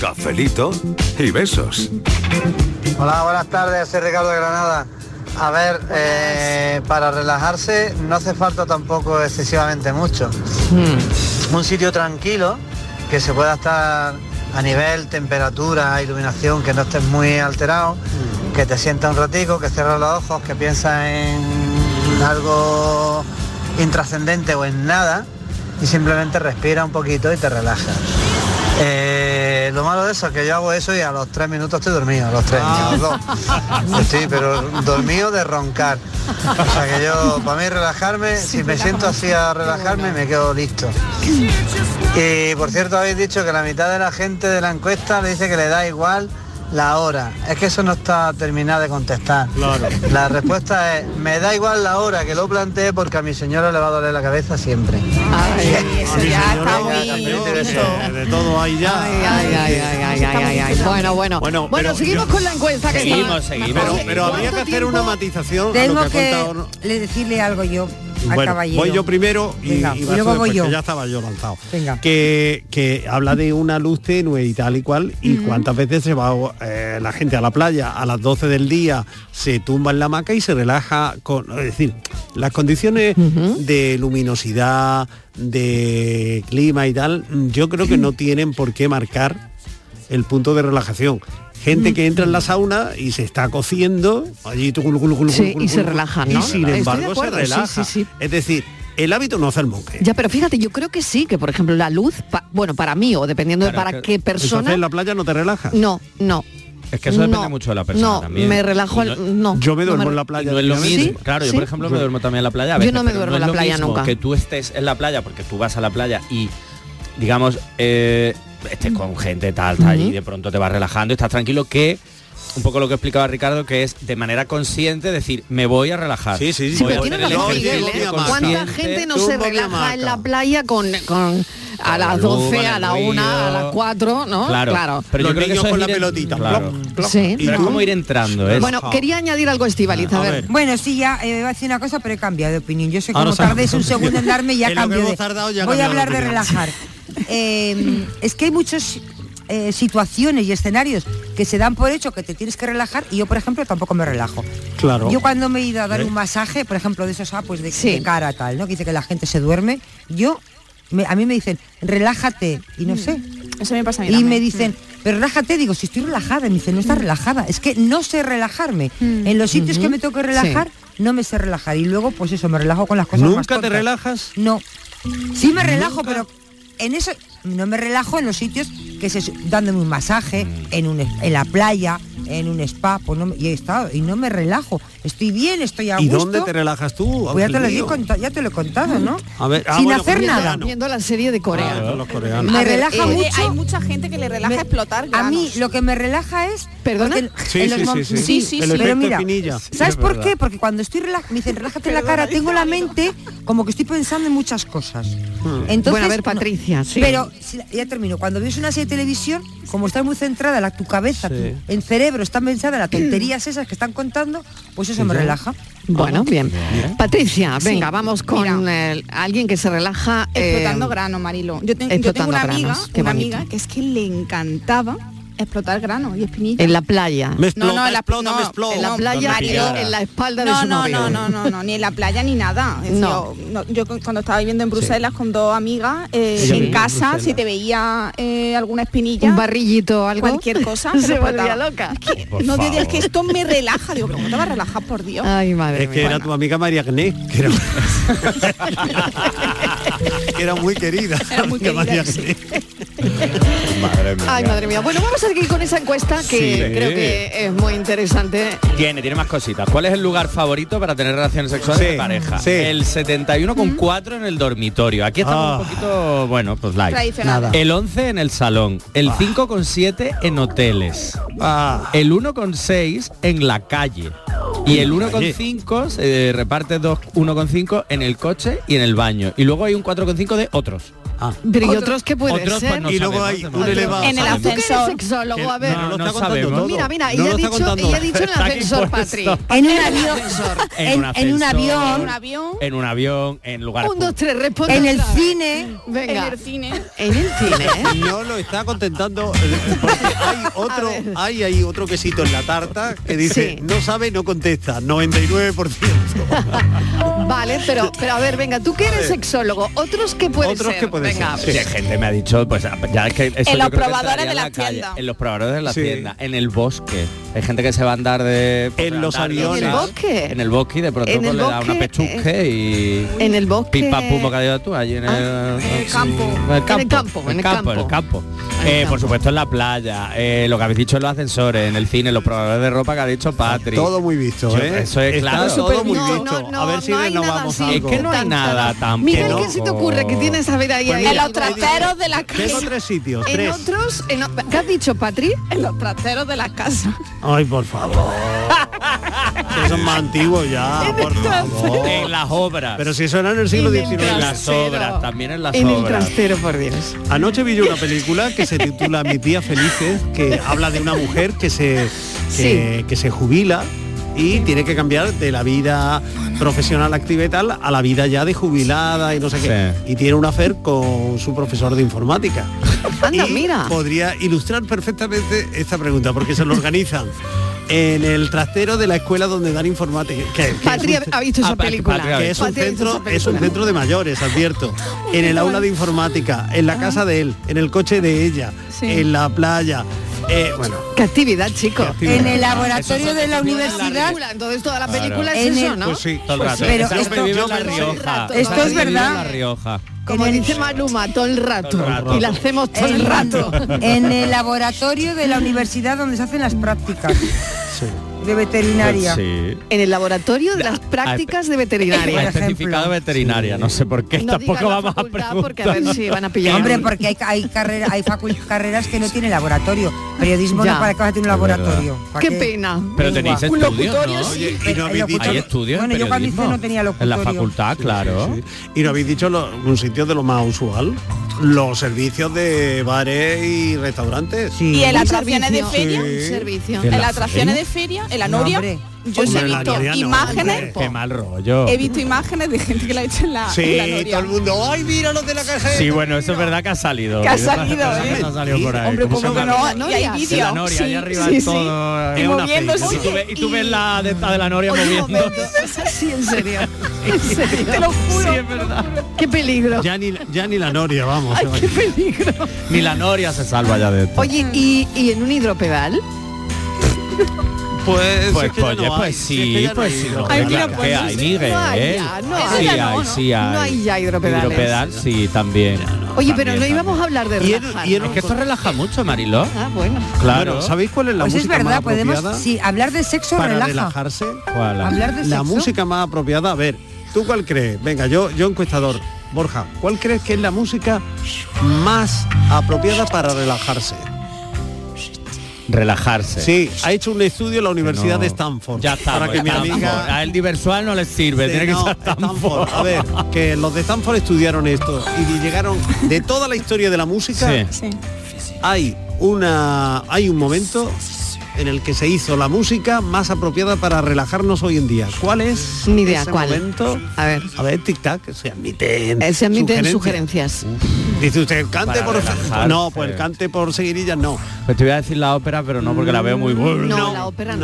Speaker 17: Cafelito y besos.
Speaker 18: Hola, buenas tardes, soy Ricardo de Granada. A ver, eh, para relajarse no hace falta tampoco excesivamente mucho. Un sitio tranquilo que se pueda estar a nivel temperatura, iluminación, que no estés muy alterado, que te sienta un ratico, que cierres los ojos, que piensas en algo intrascendente o en nada y simplemente respira un poquito y te relajas. Eh, lo malo de eso es que yo hago eso y a los tres minutos estoy dormido, a los tres, ni a los dos. Ah, Sí, pero dormido de roncar. O sea que yo, para mí relajarme, si me siento así a relajarme, me quedo listo. Y por cierto habéis dicho que la mitad de la gente de la encuesta le dice que le da igual la hora. Es que eso no está terminado de contestar.
Speaker 19: Claro.
Speaker 18: La respuesta es, me da igual la hora que lo planteé porque a mi señora le va a doler la cabeza siempre.
Speaker 20: Eso ya está muy...
Speaker 7: de todo ahí ya.
Speaker 6: Ay, ay, ay, ay, ay, ay, ay. Bueno, bueno. Bueno,
Speaker 7: pero
Speaker 6: seguimos
Speaker 7: yo-
Speaker 6: con la encuesta que
Speaker 7: Seguimos,
Speaker 6: está-
Speaker 7: seguimos. Pero- pero habría que hacer una matización a lo
Speaker 12: Tengo
Speaker 7: que ha
Speaker 12: que
Speaker 7: contado-
Speaker 12: le decirle algo yo al
Speaker 7: Bueno,
Speaker 12: caballero.
Speaker 7: voy yo primero y,
Speaker 12: Venga,
Speaker 7: y
Speaker 12: y
Speaker 7: vas tú
Speaker 12: luego voy
Speaker 7: después,
Speaker 12: yo.
Speaker 7: que ya estaba yo lanzado.
Speaker 12: Venga.
Speaker 7: Que, que habla de una luz tenue y tal y cual, y cuántas veces se va eh, la gente a la playa a las 12 del día, se tumba en la hamaca y se relaja con. Es decir, las condiciones de luminosidad, de clima y tal, yo creo que no tienen por qué marcar el punto de relajación. Gente que entra en la sauna y se está cociendo, allí tu
Speaker 6: Sí, y se relaja, ¿no?
Speaker 7: Y sin
Speaker 6: Estoy de
Speaker 7: embargo se
Speaker 6: acuerdo, sí,
Speaker 7: relaja.
Speaker 6: sí, sí.
Speaker 7: Es decir, el hábito no hace el monje.
Speaker 6: Ya, pero fíjate, yo creo que sí, que por ejemplo la luz, pa- bueno, para mí o dependiendo de para qué persona...
Speaker 7: Entonces en la playa no te relajas.
Speaker 6: No, no.
Speaker 9: Es que eso depende
Speaker 6: No,
Speaker 9: mucho de la persona
Speaker 6: no,
Speaker 9: también.
Speaker 6: me relajo,
Speaker 9: Y
Speaker 6: no, Yo me no duermo me- en la playa.
Speaker 9: No es lo
Speaker 6: ¿Ah, ¿Sí?
Speaker 9: mismo. Claro, yo
Speaker 6: ¿Sí?
Speaker 9: por ejemplo me duermo también en la playa. a
Speaker 6: Yo
Speaker 9: veces,
Speaker 6: no me
Speaker 9: pero
Speaker 6: duermo en
Speaker 9: es
Speaker 6: la
Speaker 9: lo
Speaker 6: playa
Speaker 9: mismo
Speaker 6: nunca.
Speaker 9: Que tú estés en la playa, porque tú vas a la playa y, digamos, eh, estés con gente tal, tal, y de pronto te vas relajando, estás tranquilo, que un poco lo que explicaba Ricardo, que es de manera consciente decir, me voy a relajar. Sí, sí,
Speaker 6: Sí, pero tiene razón Miguel, ¿eh? ¿Cuánta gente no se relaja en la playa con, con a las
Speaker 9: luz,
Speaker 6: 12,
Speaker 9: con el
Speaker 6: a la 1, a las
Speaker 9: ruido.
Speaker 6: 4, no?
Speaker 9: Claro, pero yo
Speaker 7: Los
Speaker 9: creo que
Speaker 7: niños
Speaker 9: eso es
Speaker 7: con la
Speaker 9: ir en-
Speaker 7: pelotita,
Speaker 9: claro.
Speaker 6: Sí.
Speaker 9: Pero es como ir entrando, ¿eh?
Speaker 6: Bueno, quería añadir algo Estivaliz, a ver.
Speaker 12: Bueno, sí, ya eh, iba a decir una cosa, pero he cambiado de opinión.
Speaker 9: Ah,
Speaker 12: Yo sé que
Speaker 6: Ahora
Speaker 12: como
Speaker 6: sabe.
Speaker 12: tardéis un segundo en darme y ya
Speaker 6: En lo que
Speaker 12: cambio
Speaker 6: hemos
Speaker 12: de-
Speaker 6: tardado ya ha
Speaker 12: Voy a
Speaker 6: cambiado de
Speaker 12: hablar de
Speaker 6: opinión.
Speaker 12: relajar. Eh, es que hay muchas eh, situaciones y escenarios que se dan por hecho que te tienes que relajar y yo, por ejemplo, tampoco me relajo.
Speaker 7: Claro.
Speaker 12: Yo cuando me he ido a dar
Speaker 7: ¿Eh?
Speaker 12: un masaje, por ejemplo, de esos ah, pues de, de cara tal, ¿no? Que dice que la gente se duerme, yo me- a mí me dicen, relájate, y
Speaker 6: Mm.
Speaker 12: no sé.
Speaker 11: Eso me pasa a mí
Speaker 12: Y
Speaker 11: también.
Speaker 12: me dicen, pero relájate, digo, si estoy relajada, y me dicen, no
Speaker 6: Mm.
Speaker 12: estás relajada, es que no sé relajarme. En los sitios que
Speaker 7: Ujú.
Speaker 12: me tengo que relajar, no me sé relajar. Y luego, pues eso, me relajo con las cosas. más
Speaker 7: ¿Nunca te
Speaker 12: tontas.
Speaker 7: relajas?
Speaker 12: No. Sí me relajo, pero en eso no me relajo en los sitios que se dándome un masaje,
Speaker 7: Mm.
Speaker 12: en un es- en la playa, en un spa, pues no me- y he estado y no me relajo. Estoy bien, estoy a
Speaker 7: ¿Y
Speaker 12: gusto.
Speaker 7: dónde te relajas tú?
Speaker 12: Pues ya te, lo he
Speaker 7: Angelillo?
Speaker 12: conta- ya te lo he contado, ¿no?
Speaker 7: A ver, ah,
Speaker 12: Sin
Speaker 7: bueno,
Speaker 12: hacer
Speaker 7: con-
Speaker 12: nada.
Speaker 6: Viendo la serie de Corea.
Speaker 7: Ah, los
Speaker 11: Mm.
Speaker 7: coreanos.
Speaker 12: Me
Speaker 6: A ver,
Speaker 12: relaja
Speaker 6: eh,
Speaker 12: mucho.
Speaker 6: hay
Speaker 12: mucha gente que le relaja explotar. A mí lo que me relaja es.
Speaker 6: ¿Perdona?
Speaker 12: porque en-
Speaker 7: Sí,
Speaker 12: en los
Speaker 7: sí, sí,
Speaker 12: mom-
Speaker 7: sí. Sí, sí, El sí.
Speaker 12: Pero
Speaker 7: efecto
Speaker 12: mira,
Speaker 7: Pinilla. Sí,
Speaker 12: ¿sabes
Speaker 7: es
Speaker 12: por
Speaker 7: verdad.
Speaker 12: qué? Porque cuando estoy relajada, me dicen relájate la cara, tengo la mente como que estoy pensando en muchas cosas. Entonces,
Speaker 6: Hmm. bueno, a ver,
Speaker 12: no.
Speaker 6: Patricia, sí.
Speaker 12: Pero si- ya termino. Cuando ves una serie de televisión, como estás muy centrada, la, tu cabeza,
Speaker 6: Sí.
Speaker 12: tu- en cerebro está pensada en las tonterías esas que están contando, pues eso me
Speaker 6: ya.
Speaker 12: relaja.
Speaker 6: Bueno, bien. Patricia,
Speaker 12: Sí.
Speaker 6: venga, vamos con el- alguien que se relaja. eh,
Speaker 11: Explotando grano, Marilo. Yo, te- yo tengo
Speaker 6: explotando
Speaker 11: una amiga,
Speaker 6: granos, qué
Speaker 11: una
Speaker 6: bonito.
Speaker 11: amiga que es que le encantaba explotar grano y espinillas.
Speaker 6: En la playa.
Speaker 11: Me explota,
Speaker 6: en la,
Speaker 11: explota, me
Speaker 6: no,
Speaker 11: explota.
Speaker 6: En la
Speaker 11: No,
Speaker 6: playa,
Speaker 11: donde pillara.
Speaker 6: en la espalda de
Speaker 11: No,
Speaker 6: su
Speaker 11: no,
Speaker 6: novio.
Speaker 11: no, no, no, no, ni en la playa ni nada. Es
Speaker 6: No.
Speaker 11: decir, no, yo cu- cuando estaba viviendo en Bruselas con dos amigas, eh,
Speaker 6: Ella vivía
Speaker 11: en
Speaker 6: en
Speaker 11: casa,
Speaker 6: Bruselas.
Speaker 11: si te veía eh, alguna espinilla,
Speaker 6: Un barrillito o algo.
Speaker 11: cualquier cosa,
Speaker 6: Se
Speaker 11: lo
Speaker 6: volvía
Speaker 11: explotaba.
Speaker 6: loca.
Speaker 11: Es que,
Speaker 7: Por
Speaker 11: no, te- es que
Speaker 7: favor.
Speaker 11: esto me relaja. Digo, pero ¿cómo te vas a relajar, por Dios?
Speaker 6: Ay, madre
Speaker 7: Es que era tu amiga María Agnés, que era, que era muy querida.
Speaker 6: Era muy
Speaker 7: Doña
Speaker 6: querida,
Speaker 7: María
Speaker 6: sí.
Speaker 7: Agnés.
Speaker 6: Ay, madre mía. Bueno, vamos a seguir con esa encuesta que
Speaker 9: Sí.
Speaker 6: creo que es muy interesante.
Speaker 9: Tiene, tiene más cositas. ¿Cuál es el lugar favorito para tener relaciones sexuales
Speaker 7: Sí,
Speaker 9: de pareja?
Speaker 7: sí.
Speaker 9: El 71,4 en el dormitorio. Aquí estamos
Speaker 7: Ah.
Speaker 9: un poquito, bueno, pues light.
Speaker 7: Tradicional. Nada.
Speaker 9: El 11 en el salón. El 5,7 en hoteles. El 1,6 en la calle. Y el 1,5 se eh, reparte dos- 1,5 en el coche y en el baño. Y luego hay un 4,5 de otros.
Speaker 6: Pero ¿y otros qué puede
Speaker 9: Otros,
Speaker 6: ser?
Speaker 9: pues, no Ah. Y luego sabemos, hay de un momento. elevado
Speaker 6: En el
Speaker 9: sabemos.
Speaker 6: ascensor. sexólogo, a ver.
Speaker 9: No, no sabemos.
Speaker 6: Mira, mira,
Speaker 9: No
Speaker 6: ella, ha
Speaker 9: lo está
Speaker 6: dicho,
Speaker 9: contando.
Speaker 6: ella ha dicho en el
Speaker 9: Está aquí
Speaker 6: ascensor, Patri.
Speaker 9: puesto.
Speaker 12: En un
Speaker 6: el
Speaker 12: avión.
Speaker 6: ascensor.
Speaker 9: En, un
Speaker 12: en un
Speaker 9: ascensor,
Speaker 12: avión. En un
Speaker 11: avión.
Speaker 9: En un avión, en lugares
Speaker 6: Un, dos, tres, responde.
Speaker 12: En el
Speaker 6: otra vez.
Speaker 12: cine.
Speaker 6: Venga.
Speaker 11: En el cine.
Speaker 6: En el cine, ¿eh?
Speaker 7: No lo está contentando eh, porque hay otro, hay, hay otro quesito en la tarta que dice no sabe, no contesta, 99%.
Speaker 6: Vale, pero, pero a ver, venga, tú que eres sexólogo, otros que pueden
Speaker 9: Otros
Speaker 6: ser.
Speaker 9: que pueden
Speaker 6: venga.
Speaker 9: Sí, gente me ha dicho, pues ya es que eso yo
Speaker 6: Ah, los
Speaker 9: creo que
Speaker 6: probadores
Speaker 9: entraría
Speaker 6: de
Speaker 9: en
Speaker 6: la
Speaker 9: calle,
Speaker 6: tienda.
Speaker 9: En los probadores de la
Speaker 7: Sí.
Speaker 9: tienda, en el bosque. Hay gente que se va a andar de... En
Speaker 7: los aviones. ¿En el bosque?
Speaker 9: En el bosque y de pronto
Speaker 6: En el
Speaker 9: pues, le da
Speaker 6: bosque, Eh,
Speaker 9: una pechusque y...
Speaker 6: En el bosque. Ah.
Speaker 9: Pipa pum bocadillo tú allí en el, sí,
Speaker 6: campo.
Speaker 9: en el campo.
Speaker 6: En el campo, en el campo.
Speaker 9: en el campo. Eh, Por supuesto en la playa, eh, lo que habéis dicho en los ascensores, en el cine, en los probadores de ropa que ha dicho Patri.
Speaker 7: Todo muy visto,
Speaker 9: Yo-
Speaker 7: ¿eh?
Speaker 9: Eso es
Speaker 7: Está
Speaker 9: claro.
Speaker 7: todo muy visto. a ver si
Speaker 9: Es
Speaker 7: renovamos algo.
Speaker 9: que no hay nada tan
Speaker 6: Miguel, ¿qué se te ocurre que tienes a ver ahí? ahí
Speaker 7: Pues mira,
Speaker 6: algo?
Speaker 7: te digo,
Speaker 11: de la
Speaker 7: Tengo tres sitios,
Speaker 6: En
Speaker 7: tres.
Speaker 6: otros, en o- ¿qué has dicho, Patri?
Speaker 11: En los trasteros de las casas.
Speaker 7: Ay, por favor. Que Eso es más antiguo ya, por favor.
Speaker 9: En las obras.
Speaker 7: Pero si eso era en el siglo XIX.
Speaker 9: En las obras, también en las obras.
Speaker 6: por Dios.
Speaker 7: Anoche vi yo una película que se titula Mi tía Felices, que habla de una mujer que se, que, que se jubila y tiene que cambiar de la vida profesional activa y tal a la vida ya de jubilada y no sé qué. Y tiene un hacer con su profesor de informática.
Speaker 6: Anda,
Speaker 7: Y
Speaker 6: mira.
Speaker 7: Podría ilustrar perfectamente esta pregunta, porque se lo organizan. En el trastero de la escuela donde dan informática. Que, que
Speaker 6: Patri
Speaker 7: es un-
Speaker 6: ha visto esa
Speaker 7: Ah, Patri-
Speaker 6: película.
Speaker 7: Patri ha visto. Que es un
Speaker 6: Patri ha visto
Speaker 7: centro,
Speaker 6: esa
Speaker 7: es un
Speaker 6: película.
Speaker 7: centro de mayores, advierto.
Speaker 6: Ah.
Speaker 7: En el aula de informática, en la casa de él, en el coche de ella, en la playa, Eh, bueno,
Speaker 6: Qué actividad, chico.
Speaker 12: En el laboratorio de la universidad.
Speaker 6: Entonces toda la
Speaker 9: Claro.
Speaker 6: película es
Speaker 12: En
Speaker 6: eso,
Speaker 12: el-
Speaker 6: ¿no?
Speaker 9: Pues sí, todo el rato.
Speaker 12: Pero
Speaker 9: Esa
Speaker 12: esto-
Speaker 9: vivió en
Speaker 12: yo
Speaker 9: La
Speaker 12: la-
Speaker 9: Rioja.
Speaker 12: Esto
Speaker 9: Esa vivió
Speaker 12: es
Speaker 9: en
Speaker 12: verdad.
Speaker 9: La Rioja.
Speaker 6: Como dice Maluma, todo el rato. Y la hacemos todo el rato.
Speaker 12: En el laboratorio de la universidad donde se hacen las prácticas de veterinaria.
Speaker 9: Pues Sí.
Speaker 6: En el laboratorio de las prácticas de veterinaria.
Speaker 9: Ha especificado veterinaria, no sé por qué, tampoco vamos a preguntar.
Speaker 6: porque a ver si van a pillar.
Speaker 12: Hombre, porque hay, hay, carrera, hay facul- carreras que no tienen laboratorio. Periodismo
Speaker 6: Ya.
Speaker 12: no para que vas a tener un
Speaker 9: Es verdad.
Speaker 12: laboratorio. ¿Para
Speaker 6: Qué pena.
Speaker 9: Pero tenéis
Speaker 12: Un
Speaker 9: estudios,
Speaker 12: locutorio,
Speaker 9: ¿no?
Speaker 12: sí.
Speaker 9: Oye,
Speaker 7: y no habéis dicho-
Speaker 9: Hay estudios en
Speaker 7: Bueno, yo cuando hice
Speaker 9: periodismo.
Speaker 7: no tenía
Speaker 9: En la
Speaker 7: locutorio.
Speaker 9: facultad, claro.
Speaker 7: y lo habéis dicho lo- un sitio de lo más usual, los servicios de bares y restaurantes.
Speaker 11: ¿Y en las
Speaker 7: Sí.
Speaker 11: atracciones de feria?
Speaker 7: Sí.
Speaker 11: En las atracciones de feria, en la
Speaker 7: No,
Speaker 11: noria,
Speaker 7: hombre.
Speaker 11: yo os
Speaker 7: Hombre,
Speaker 11: he
Speaker 7: en la
Speaker 11: visto
Speaker 7: noria no,
Speaker 11: imágenes.
Speaker 7: hombre. Qué
Speaker 9: mal rollo.
Speaker 11: He visto imágenes de gente que la ha hecho en la,
Speaker 9: Sí,
Speaker 11: en la noria.
Speaker 9: todo el
Speaker 7: mundo, ¡ay, mira los de la caja!
Speaker 9: Sí, bueno, eso es verdad que ha salido.
Speaker 11: Que ha
Speaker 9: Esas
Speaker 11: salido,
Speaker 9: cosas
Speaker 11: ¿eh?
Speaker 9: que ha salido por ahí.
Speaker 11: Hombre,
Speaker 9: ¿Cómo
Speaker 11: pues
Speaker 9: se
Speaker 11: no,
Speaker 9: llama?
Speaker 11: y hay
Speaker 9: De la
Speaker 11: vídeos.
Speaker 9: noria,
Speaker 11: sí,
Speaker 9: allá arriba
Speaker 11: sí, sí.
Speaker 9: todo.
Speaker 11: Y
Speaker 9: es una
Speaker 11: moviéndose.
Speaker 9: feria. Y tú ves- Y tú ves la de, esta de la noria
Speaker 6: Oye, un
Speaker 9: moviendo.
Speaker 6: momento, es así, en serio. En serio. Te lo juro. Qué peligro.
Speaker 7: Ya ni, ya ni la noria, vamos.
Speaker 6: Ay, qué peligro.
Speaker 9: Ni la noria se salva ya de esto.
Speaker 6: Oye, ¿y, y en un hidropedal?
Speaker 7: Pues,
Speaker 9: pues,
Speaker 7: es que ya
Speaker 9: oye,
Speaker 7: no hay,
Speaker 9: pues
Speaker 7: si es que
Speaker 9: sí,
Speaker 7: ya no
Speaker 9: pues
Speaker 7: hay
Speaker 9: sí.
Speaker 7: hidropedal.
Speaker 9: hombre,
Speaker 7: Ay, mira, pues,
Speaker 9: claro que
Speaker 7: no
Speaker 9: hay,
Speaker 7: sé. No
Speaker 9: Miguel?
Speaker 7: hay
Speaker 6: ya, no hay.
Speaker 9: sí
Speaker 6: Eso ya no,
Speaker 9: hay,
Speaker 6: ¿no?
Speaker 9: sí hay.
Speaker 6: No hay ya hidropedales.
Speaker 9: Hidropedal sí, también.
Speaker 6: Oye, pero no
Speaker 9: También,
Speaker 6: íbamos a hablar de relajar.
Speaker 9: Es que esto relaja mucho, Mariló.
Speaker 6: Ah, bueno.
Speaker 9: Claro.
Speaker 7: Bueno, ¿sabéis cuál es la
Speaker 12: Pues es
Speaker 7: música más
Speaker 12: verdad, podemos
Speaker 7: apropiada?
Speaker 12: sí, hablar de sexo
Speaker 7: para
Speaker 12: relaja.
Speaker 7: relajarse.
Speaker 9: ¿Cuál?
Speaker 12: Hablar de
Speaker 7: la
Speaker 12: sexo.
Speaker 7: música más apropiada, a ver, ¿tú cuál crees? Venga, yo, yo encuestador, Borja, ¿cuál crees que es la música más apropiada para relajarse?
Speaker 9: Relajarse.
Speaker 7: Sí, ha hecho un estudio en la Universidad
Speaker 9: No.
Speaker 7: de Stanford.
Speaker 9: Ya está. pues,
Speaker 7: Para que mi amiga...
Speaker 9: A él diversual no le sirve,
Speaker 7: Sí,
Speaker 9: tiene que
Speaker 7: no,
Speaker 9: ser
Speaker 7: Stanford. A ver, que los de Stanford estudiaron esto y llegaron de toda la historia de la música.
Speaker 11: Sí.
Speaker 7: Hay una hay un momento en el que se hizo la música más apropiada para relajarnos hoy en día. ¿Cuál es?
Speaker 6: Ni idea,
Speaker 7: ese
Speaker 6: ¿cuál?
Speaker 7: Momento?
Speaker 6: A ver.
Speaker 7: A ver, tic tac, se admiten.
Speaker 6: Eh, se admiten
Speaker 7: sugerencias.
Speaker 6: sugerencias.
Speaker 7: Dice usted, el cante
Speaker 9: Para
Speaker 7: por
Speaker 9: relajarse.
Speaker 7: No, pues el cante por seguirillas no.
Speaker 9: Pues te voy a decir la ópera, pero no porque la veo muy buena.
Speaker 6: No, la ópera Mm,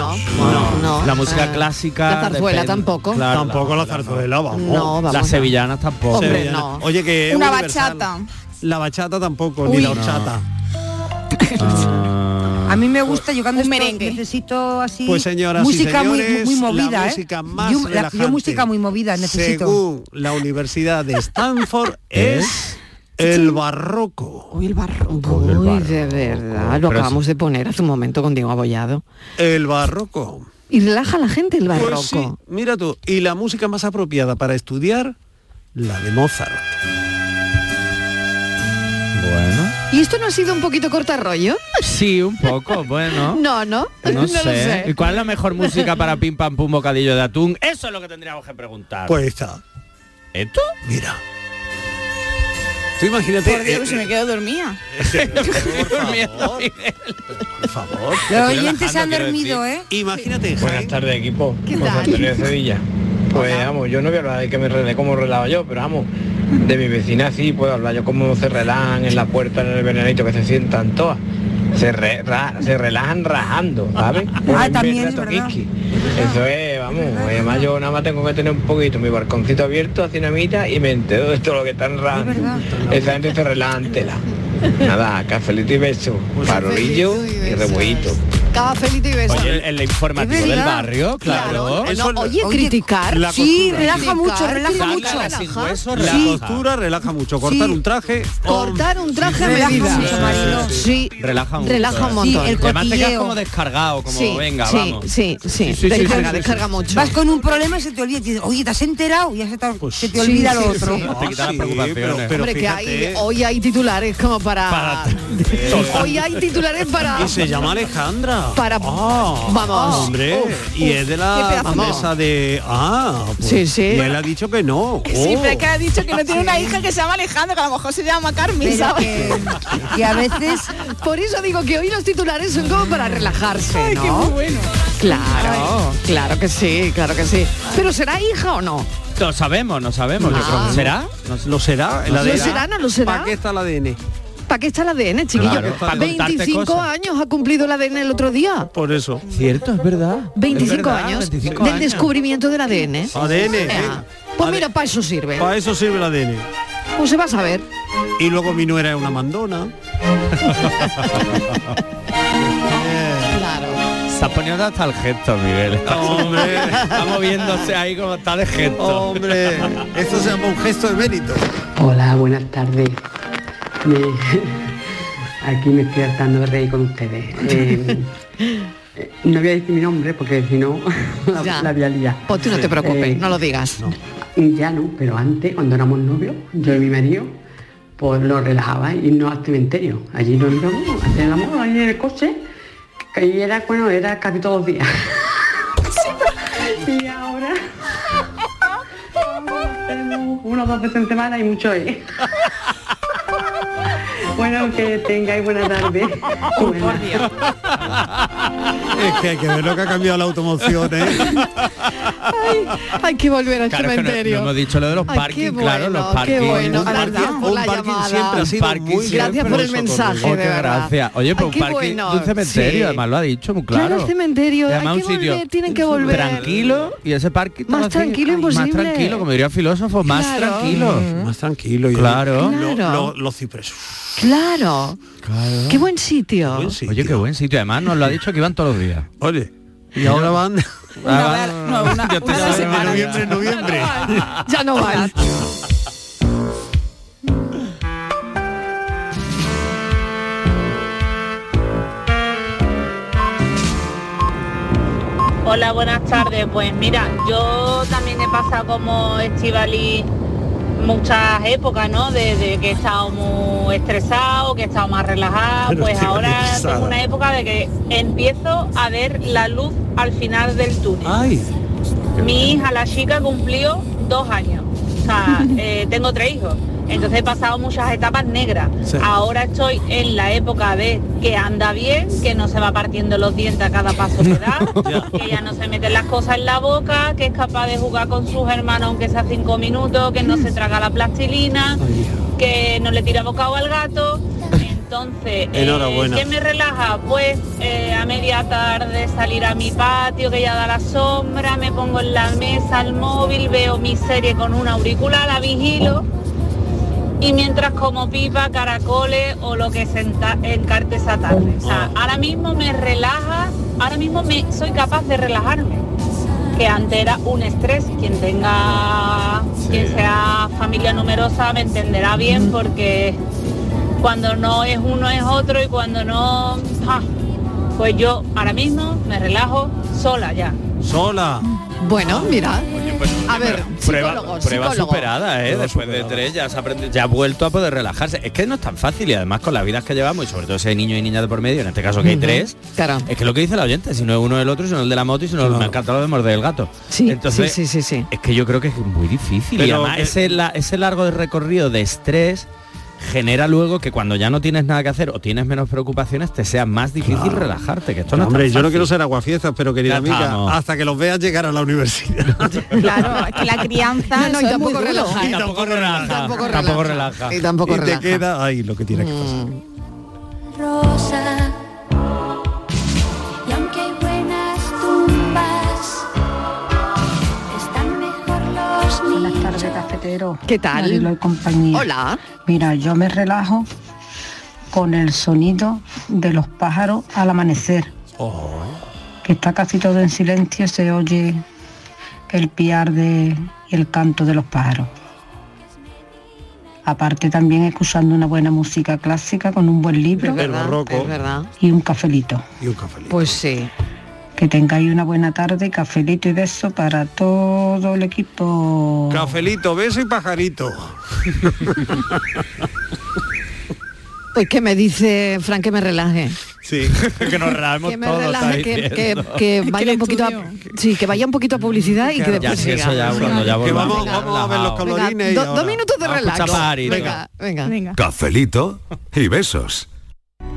Speaker 6: no.
Speaker 9: La música
Speaker 6: Ah,
Speaker 9: clásica.
Speaker 6: la zarzuela
Speaker 9: depende.
Speaker 6: tampoco.
Speaker 7: Tampoco la zarzuela, vamos.
Speaker 6: No, vamos,
Speaker 9: Las
Speaker 6: no.
Speaker 9: sevillanas tampoco.
Speaker 6: Hombre,
Speaker 9: Sevillanas.
Speaker 6: no.
Speaker 7: Oye, que es
Speaker 11: Una
Speaker 7: universal.
Speaker 11: bachata.
Speaker 7: La bachata tampoco,
Speaker 12: Uy.
Speaker 7: ni la horchata.
Speaker 12: A
Speaker 6: Ah.
Speaker 12: mí me gusta, yo cuando
Speaker 11: Un
Speaker 12: estoy-
Speaker 11: merengue.
Speaker 12: necesito así
Speaker 7: Pues, señoras y
Speaker 12: música muy-
Speaker 7: señores,
Speaker 12: muy,
Speaker 7: la
Speaker 12: movida, ¿eh?
Speaker 7: música más
Speaker 12: yo, la- yo
Speaker 7: relajante.
Speaker 12: música muy movida necesito.
Speaker 7: Según la Universidad de Stanford es el barroco.
Speaker 11: Uy, el barro.
Speaker 6: Uy, de verdad, lo acabamos de poner hace un momento con Diego Abollado.
Speaker 7: El barroco.
Speaker 6: Y relaja a la gente el barroco.
Speaker 7: Pues sí, mira tú, y la música más apropiada para estudiar la de Mozart.
Speaker 9: Bueno.
Speaker 6: ¿Y esto no ha sido un poquito corta rollo?
Speaker 9: Sí, un poco, bueno.
Speaker 6: No, no,
Speaker 9: No,
Speaker 6: lo
Speaker 9: sé. ¿Y cuál es la mejor música para pim pam pum bocadillo de atún? Eso es lo que tendríamos que preguntar.
Speaker 7: Pues está.
Speaker 9: ¿Esto?
Speaker 7: Mira. Tú imagínate.
Speaker 11: Por Dios,
Speaker 7: eh,
Speaker 11: si me quedo dormida.
Speaker 7: por favor.
Speaker 12: Los oyentes han dormido, ¿eh?
Speaker 7: Imagínate,
Speaker 1: Buenas tardes, equipo.
Speaker 6: ¿Qué
Speaker 1: José
Speaker 6: tal?
Speaker 1: Antonio de Sevilla. Pues vamos, yo no voy a hablar de que me relé como relaba yo, pero vamos, de mi vecina sí puedo hablar yo cómo se relajan en la puerta, en el venenito, que se sientan todas. Se, re- ra- se relajan rajando, ¿sabes?
Speaker 12: Ah,
Speaker 1: En
Speaker 12: también es
Speaker 1: verdad,
Speaker 12: verdad.
Speaker 1: toquiqui. Eso es, vamos, además yo nada más tengo que tener un poquito mi balconcito abierto, hacia una mitad y me entero de todo lo que están rajando. Esa gente se relaja ante la. Nada, cafelito y beso, parolillo y rebuito.
Speaker 6: Cada felito y beso.
Speaker 9: Oye, en la
Speaker 6: Es
Speaker 9: informativo del
Speaker 6: verdad.
Speaker 9: barrio, claro.
Speaker 6: Claro, no, oye, criticar.
Speaker 7: la
Speaker 6: sí,
Speaker 7: costura.
Speaker 6: relaja mucho,
Speaker 12: Criticar,
Speaker 6: relaja
Speaker 12: criticar,
Speaker 6: mucho.
Speaker 12: relaja.
Speaker 7: La
Speaker 9: Sí.
Speaker 7: postura relaja mucho. Cortar
Speaker 12: Sí.
Speaker 7: un traje.
Speaker 6: Cortar un traje a
Speaker 12: Relaja
Speaker 6: medida.
Speaker 12: mucho, Marilo.
Speaker 6: Sí.
Speaker 9: Relaja un
Speaker 6: Relaja un montón.
Speaker 12: Sí, el
Speaker 9: Además te quedas
Speaker 12: cotilleo.
Speaker 9: como descargado, como
Speaker 6: sí,
Speaker 9: venga,
Speaker 6: sí,
Speaker 9: vamos.
Speaker 6: sí, sí, Descarga, descarga mucho.
Speaker 12: Vas con un problema y se te olvida. y dices, Oye, ¿te has enterado? Y ya se te, se te olvida
Speaker 6: sí,
Speaker 12: lo
Speaker 6: sí,
Speaker 12: otro.
Speaker 6: sí.
Speaker 7: Ah,
Speaker 9: Te quita las
Speaker 7: sí,
Speaker 9: preocupaciones.
Speaker 7: pero- pero
Speaker 6: Hombre, que
Speaker 7: fíjate,
Speaker 6: hay, hoy hay titulares como para... hoy hay titulares para...
Speaker 7: Y se llama Alejandra.
Speaker 6: Para-
Speaker 7: Ah,
Speaker 6: Vamos.
Speaker 7: Hombre,
Speaker 6: Uf,
Speaker 7: y
Speaker 6: uf,
Speaker 7: es de
Speaker 11: qué
Speaker 7: la
Speaker 11: pedazo.
Speaker 7: mesa de. Ah, pues,
Speaker 6: Sí, sí.
Speaker 7: Y él ha dicho que no.
Speaker 11: Sí,
Speaker 1: Uh.
Speaker 7: Oh.
Speaker 11: pero es que ha dicho que no tiene una hija que se llama Alejandra, que a lo mejor se llama Carmen,
Speaker 12: Pero
Speaker 11: ¿sabes?
Speaker 12: que, que a veces
Speaker 6: Por eso digo que hoy los titulares son como para relajarse,
Speaker 11: Ay, qué
Speaker 6: ¿no?
Speaker 11: bueno.
Speaker 6: Claro, claro que sí, claro que sí. Pero ¿será hija o no?
Speaker 9: Lo sabemos, no sabemos. yo
Speaker 6: Ah.
Speaker 9: creo que- ¿Será? No sé.
Speaker 7: ¿Lo será?
Speaker 9: ¿Lo
Speaker 7: ADN?
Speaker 6: será? ¿No lo será?
Speaker 7: ¿Para qué está el ADN?
Speaker 6: ¿Para qué está el ADN, chiquillo?
Speaker 9: Claro, para contarte
Speaker 6: 25
Speaker 9: cosas.
Speaker 6: años ha cumplido el ADN el otro día.
Speaker 7: Por eso.
Speaker 9: Cierto, es verdad.
Speaker 6: 25
Speaker 9: Es verdad,
Speaker 6: años
Speaker 9: 25
Speaker 6: del
Speaker 9: años.
Speaker 6: descubrimiento del ADN.
Speaker 7: ADN.
Speaker 6: Eh, Pues mira, para eso sirve.
Speaker 7: Para eso sirve el ADN.
Speaker 6: Pues se va a saber.
Speaker 7: Y luego mi nuera es una mandona.
Speaker 9: Estás poniendo hasta el gesto, Miguel. Estás-
Speaker 21: Hombre.
Speaker 9: está moviéndose ahí como está de gesto.
Speaker 21: Hombre,
Speaker 9: esto se llama un gesto de mérito.
Speaker 4: Hola, buenas tardes. Me- aquí me estoy hartando de reír con ustedes. Eh, eh, no voy a decir mi nombre porque si no
Speaker 6: Ya.
Speaker 4: la, la voy a liar. Eh,
Speaker 6: Pues tú no te preocupes, no lo digas.
Speaker 4: Ya no, pero antes, cuando éramos novios, yo y mi marido, pues lo relajaba y no al cementerio. Allí nos íbamos a hacer el amor ahí en el coche, que ahí era, bueno, era casi todos los días. y ahora vamos, hacemos uno o dos veces en semana y mucho es. bueno, que tengáis buena tarde. Buena.
Speaker 7: Es que hay que ver lo que ha cambiado la automoción, ¿eh?
Speaker 6: Hay que volver al
Speaker 9: Claro, es que no-
Speaker 6: cementerio.
Speaker 9: no hemos dicho lo de los
Speaker 6: Ay, qué
Speaker 9: parking, claro, los parking.
Speaker 6: Qué bueno,
Speaker 9: Un parking-
Speaker 6: gracias por
Speaker 9: un
Speaker 6: Ah, la
Speaker 9: parking
Speaker 6: llamada.
Speaker 9: siempre ha sido muy
Speaker 6: Gracias
Speaker 9: siempre
Speaker 6: por el
Speaker 9: nosotros.
Speaker 6: mensaje,
Speaker 9: Oh,
Speaker 6: de
Speaker 9: qué
Speaker 6: verdad.
Speaker 9: gracias. Oye,
Speaker 6: Ay,
Speaker 9: pues un
Speaker 6: qué
Speaker 9: parking
Speaker 6: bueno.
Speaker 9: de un cementerio,
Speaker 6: Sí.
Speaker 9: además lo ha dicho, muy claro.
Speaker 6: Claro, el cementerio,
Speaker 9: Además,
Speaker 6: hay
Speaker 9: un
Speaker 6: que
Speaker 9: sitio
Speaker 6: volver, tienen que volver.
Speaker 9: Tranquilo y ese parking
Speaker 6: Más
Speaker 9: vacío.
Speaker 6: tranquilo
Speaker 9: Ay, Más
Speaker 6: imposible.
Speaker 9: tranquilo, como diría el filósofo, más
Speaker 6: Claro.
Speaker 9: tranquilo.
Speaker 7: Más tranquilo. y-
Speaker 9: Claro.
Speaker 7: Lo-
Speaker 6: Claro.
Speaker 7: lo- los cipresos.
Speaker 6: Claro. Qué buen sitio.
Speaker 9: Ah, Oye, qué buen sitio. Además nos lo ha dicho que iban todos los días.
Speaker 7: Oye. Y ahora van...
Speaker 9: Yo te sabe,
Speaker 7: de
Speaker 9: María.
Speaker 7: noviembre en noviembre.
Speaker 6: Ya no van.
Speaker 5: Hola, buenas tardes. Pues mira, yo también he pasado como Estivali muchas épocas, ¿no? Desde que he estado muy estresado, que he estado más relajado.
Speaker 22: Pero
Speaker 5: pues
Speaker 22: Estivali,
Speaker 5: ahora
Speaker 22: Sara.
Speaker 5: tengo una época de que empiezo a ver la luz al final del túnel. Mi hija, la chica, cumplió dos años. O sea, eh, tengo tres hijos. Entonces he pasado muchas etapas negras.
Speaker 1: Sí.
Speaker 5: Ahora estoy en la época de que anda bien, que no se va partiendo los dientes a cada paso que da, que ya no se meten las cosas en la boca, que es capaz de jugar con sus hermanos aunque sea cinco minutos, que no se traga la plastilina, que no le tira bocado al gato. Entonces, eh,
Speaker 7: Enhorabuena.
Speaker 5: ¿qué me relaja? Pues eh, a media tarde salir a mi patio, que ya da la sombra, me pongo en la mesa el móvil, veo mi serie con un auricular, la vigilo. Y mientras como pipa, caracoles o lo que se enta- encarte esa tarde. O sea, ahora mismo me relaja, ahora mismo me, soy capaz de relajarme. Que antes era un estrés, quien tenga, quien sea familia numerosa me entenderá bien porque cuando no es uno es otro y cuando no, ¡ja! pues yo ahora mismo me relajo sola ya.
Speaker 7: Sola.
Speaker 6: Bueno, mira. A ver,
Speaker 9: Prueba,
Speaker 6: psicólogos,
Speaker 9: prueba
Speaker 6: psicólogos.
Speaker 9: superada, ¿eh? Después de tres ya, se aprende- ya ha vuelto a poder relajarse. Es que no es tan fácil y además con las vidas que llevamos y sobre todo si hay niños y niñas de por medio, en este caso que hay
Speaker 6: Ujú.
Speaker 9: tres,
Speaker 6: Claro.
Speaker 9: es que lo que dice la oyente, si no es uno el otro, si no el de la moto y si no me ha encantado lo de morder el gato.
Speaker 6: Sí,
Speaker 9: Entonces,
Speaker 6: sí, sí, sí, sí.
Speaker 9: es que yo creo que es muy difícil. y
Speaker 6: Pero
Speaker 9: además
Speaker 6: que-
Speaker 9: ese, la- ese largo recorrido de estrés genera luego que cuando ya no tienes nada que hacer o tienes menos preocupaciones te sea más difícil relajarte que esto no es tan
Speaker 7: Hombre, yo no
Speaker 9: fácil.
Speaker 7: quiero ser aguafiestas, pero querida
Speaker 9: Ya
Speaker 7: amiga,
Speaker 9: estamos.
Speaker 7: hasta que los veas llegar a la universidad.
Speaker 11: Claro, es que la crianza
Speaker 6: No, no, y
Speaker 11: eso es
Speaker 6: tampoco
Speaker 11: muy duro.
Speaker 6: relaja.
Speaker 7: Y
Speaker 6: ¿eh?
Speaker 7: tampoco
Speaker 9: Ah,
Speaker 7: relaja.
Speaker 6: Tampoco
Speaker 7: Tampoco
Speaker 6: relaja. Y tampoco relaja. Mm.
Speaker 7: te queda ahí lo que tiene que pasar.
Speaker 22: rosa y aunque hay buenas tumbas están mejor los niños
Speaker 23: Buenas tardes, cafetero.
Speaker 6: ¿Qué tal?
Speaker 23: Marilo y compañía.
Speaker 6: Hola.
Speaker 23: Mira, yo me relajo con el sonido de los pájaros al amanecer,
Speaker 7: Oh, eh.
Speaker 23: que está casi todo en silencio, se oye el piar de, y el canto de los pájaros. Aparte también escuchando una buena música clásica con un buen libro
Speaker 6: Es verdad, El barroco. es verdad.
Speaker 23: y un cafelito.
Speaker 7: Y un cafelito.
Speaker 6: Pues sí.
Speaker 23: Que tengáis una buena tarde, cafelito y beso para todo el equipo.
Speaker 7: Cafelito, beso y pajarito.
Speaker 6: Pues que me dice Frank que me relaje.
Speaker 7: Sí,
Speaker 9: que nos relajemos
Speaker 6: Que me
Speaker 9: todos,
Speaker 6: relaje,
Speaker 9: está
Speaker 6: que, que-
Speaker 9: diciendo.
Speaker 6: que vaya un poquito a, sí, que vaya un poquito a publicidad y que
Speaker 9: Ya,
Speaker 6: después
Speaker 9: sí, eso
Speaker 6: siga.
Speaker 9: ya, cuando
Speaker 6: Venga,
Speaker 9: ya volvamos.
Speaker 6: venga.
Speaker 7: Vamos a ver los
Speaker 6: Venga,
Speaker 7: colorines. y
Speaker 6: do-
Speaker 7: ahora-
Speaker 6: dos minutos de
Speaker 7: Vamos a
Speaker 6: relax.
Speaker 7: escuchar París,
Speaker 6: Venga, venga.
Speaker 2: Cafelito y besos.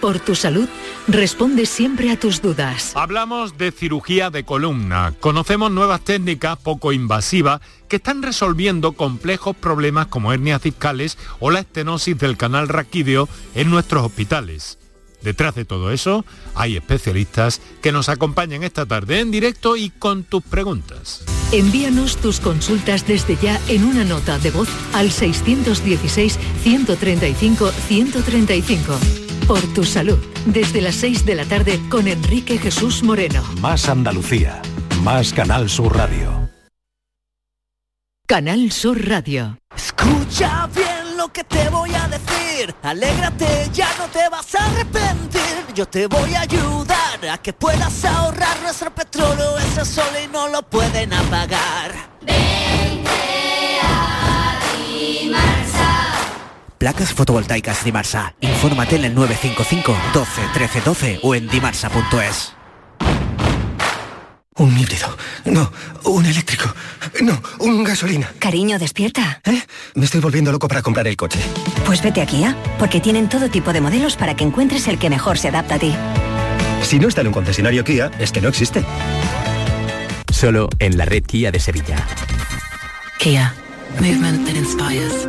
Speaker 10: por tu salud, responde siempre a tus dudas.
Speaker 24: Hablamos de cirugía de columna. Conocemos nuevas técnicas poco invasivas que están resolviendo complejos problemas como hernias discales o la estenosis del canal raquídeo en nuestros hospitales. Detrás de todo eso hay especialistas que nos acompañan esta tarde en directo y con tus preguntas.
Speaker 10: Envíanos tus consultas desde ya en una nota de voz al 616-135-135. Por tu salud, desde las 6 de la tarde con Enrique Jesús Moreno.
Speaker 25: Más Andalucía, más Canal Sur Radio.
Speaker 10: Canal Sur Radio.
Speaker 15: Escucha bien lo que te voy a decir. Alégrate, ya no te vas a arrepentir. Yo te voy a ayudar a que puedas ahorrar nuestro petróleo. Es el sol y no lo pueden apagar.
Speaker 11: Placas fotovoltaicas Dimarsa. Infórmate en el 955 12 13 12 o en dimarsa.es.
Speaker 26: Un híbrido. No, un eléctrico. No, un gasolina. ¿Eh?
Speaker 16: Cariño, despierta.
Speaker 26: Me estoy volviendo loco para comprar el coche.
Speaker 16: Pues vete a Kia, porque tienen todo tipo de modelos para que encuentres el que mejor se adapta a ti.
Speaker 26: Si no está en un concesionario Kia, es que no existe.
Speaker 27: Solo en la red Kia de Sevilla.
Speaker 28: Kia. Movement that inspires.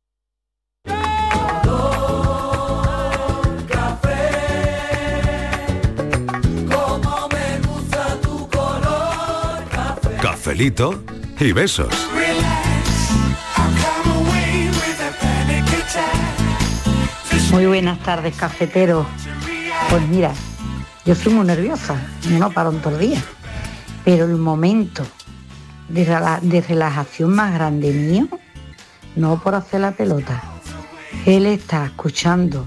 Speaker 29: Como me gusta tu color café.
Speaker 30: Cafelito y besos.
Speaker 23: Muy buenas tardes, cafetero. Pues mira, yo soy muy nerviosa, no paro en todo el día, pero el momento de, rela- de relajación más grande mío, no por hacer la pelota, él está escuchando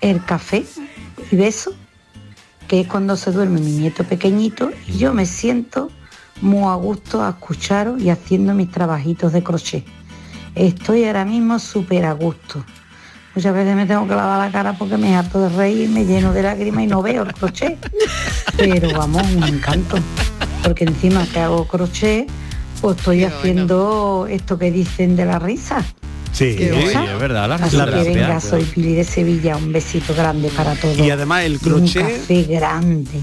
Speaker 23: el café y beso, que es cuando se duerme mi nieto pequeñito, y yo me siento muy a gusto a escucharos y haciendo mis trabajitos de crochet. Estoy ahora mismo súper a gusto. Muchas veces me tengo que lavar la cara porque me harto de reír, me lleno de lágrimas y no veo el crochet. Pero vamos, un encanto. Porque encima que hago crochet, pues estoy haciendo esto que dicen de la risa.
Speaker 7: Sí,
Speaker 9: Sí, es verdad, la
Speaker 23: Así
Speaker 9: risoterapia,
Speaker 23: que venga,
Speaker 9: cuidado.
Speaker 23: soy Pili de Sevilla, un besito grande para todos.
Speaker 7: Y además el
Speaker 23: Y
Speaker 7: crochet-
Speaker 23: Un café grande.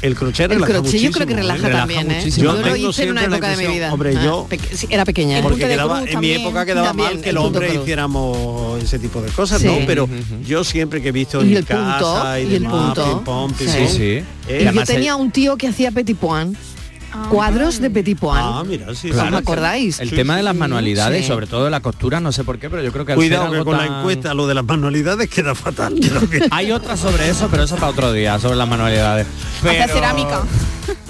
Speaker 7: El crochet
Speaker 6: El
Speaker 7: relaja
Speaker 6: crochet yo creo que
Speaker 7: muchísimo, ¿eh?
Speaker 6: relaja, también, ¿eh?
Speaker 7: muchísimo.
Speaker 6: Yo lo
Speaker 7: tengo
Speaker 6: hice en una
Speaker 7: siempre la
Speaker 6: época de mi
Speaker 7: impresión-
Speaker 6: vida.
Speaker 7: Hombre,
Speaker 6: Ah,
Speaker 7: yo...
Speaker 6: peque- sí, era pequeña. ¿eh?
Speaker 7: porque quedaba- en mi época quedaba
Speaker 6: también,
Speaker 7: mal que
Speaker 6: el
Speaker 7: los
Speaker 6: punto
Speaker 7: hombres
Speaker 6: cruz.
Speaker 7: hiciéramos ese tipo de cosas,
Speaker 6: Sí.
Speaker 7: ¿no? Pero
Speaker 6: Ujú.
Speaker 7: yo siempre que he visto
Speaker 6: Y
Speaker 7: en
Speaker 6: el punto,
Speaker 7: casa y,
Speaker 6: y el
Speaker 7: demás,
Speaker 6: punto.
Speaker 7: pim, pom, pim,
Speaker 6: Sí.
Speaker 7: pom,
Speaker 6: Sí.
Speaker 7: eh,
Speaker 6: Y yo tenía un tío que hacía petit point. Cuadros de petit point.
Speaker 7: Ah, mira, sí,
Speaker 6: ¿Os
Speaker 7: sí.
Speaker 6: acordáis?
Speaker 9: El tema de las manualidades,
Speaker 6: Sí.
Speaker 9: sobre todo de la costura, no sé por qué, pero yo creo que al
Speaker 7: Cuidado
Speaker 9: ser
Speaker 7: que
Speaker 9: algo
Speaker 7: con la
Speaker 9: tan-
Speaker 7: encuesta lo de las manualidades queda fatal.
Speaker 9: Hay otra sobre eso, pero eso para otro día, sobre las manualidades.
Speaker 31: Hace
Speaker 9: Pero-
Speaker 31: cerámica.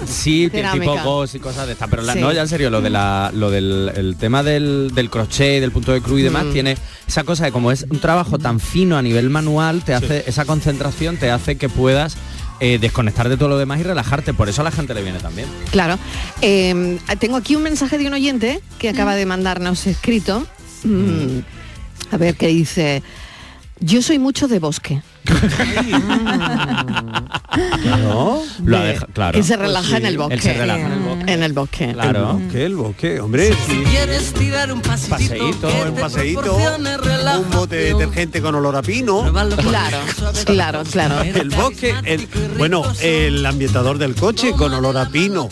Speaker 9: Sí, que tipo
Speaker 31: Cerámica.
Speaker 9: gos y cosas de estas, pero la-
Speaker 31: Sí.
Speaker 9: no, ya en serio, lo de la, lo del el tema del, del crochet, del punto de cruz y demás,
Speaker 31: Mm.
Speaker 9: tiene esa cosa de como es un trabajo tan fino a nivel manual, te hace esa concentración, te hace que puedas eh, desconectar de todo lo demás y relajarte. Por eso a la gente le viene también.
Speaker 6: Claro. Eh, tengo aquí un mensaje de un oyente que acaba de mandarnos escrito. Mm, A ver qué dice. Yo soy mucho de bosque.
Speaker 9: Lo ha
Speaker 6: de-
Speaker 9: deja- claro.
Speaker 6: Que se relaja
Speaker 9: Pues sí,
Speaker 6: en el
Speaker 9: él
Speaker 6: bosque.
Speaker 9: se relaja en el
Speaker 6: bosque. En el bosque.
Speaker 9: Claro.
Speaker 7: El bosque, el bosque, hombre. sí.
Speaker 15: ¿Quieres tirar un pasito?
Speaker 7: Paseíto, un paseíto, un bote de detergente con olor a pino.
Speaker 6: Claro, claro, claro.
Speaker 7: El bosque, el, bueno, el ambientador del coche con olor a pino.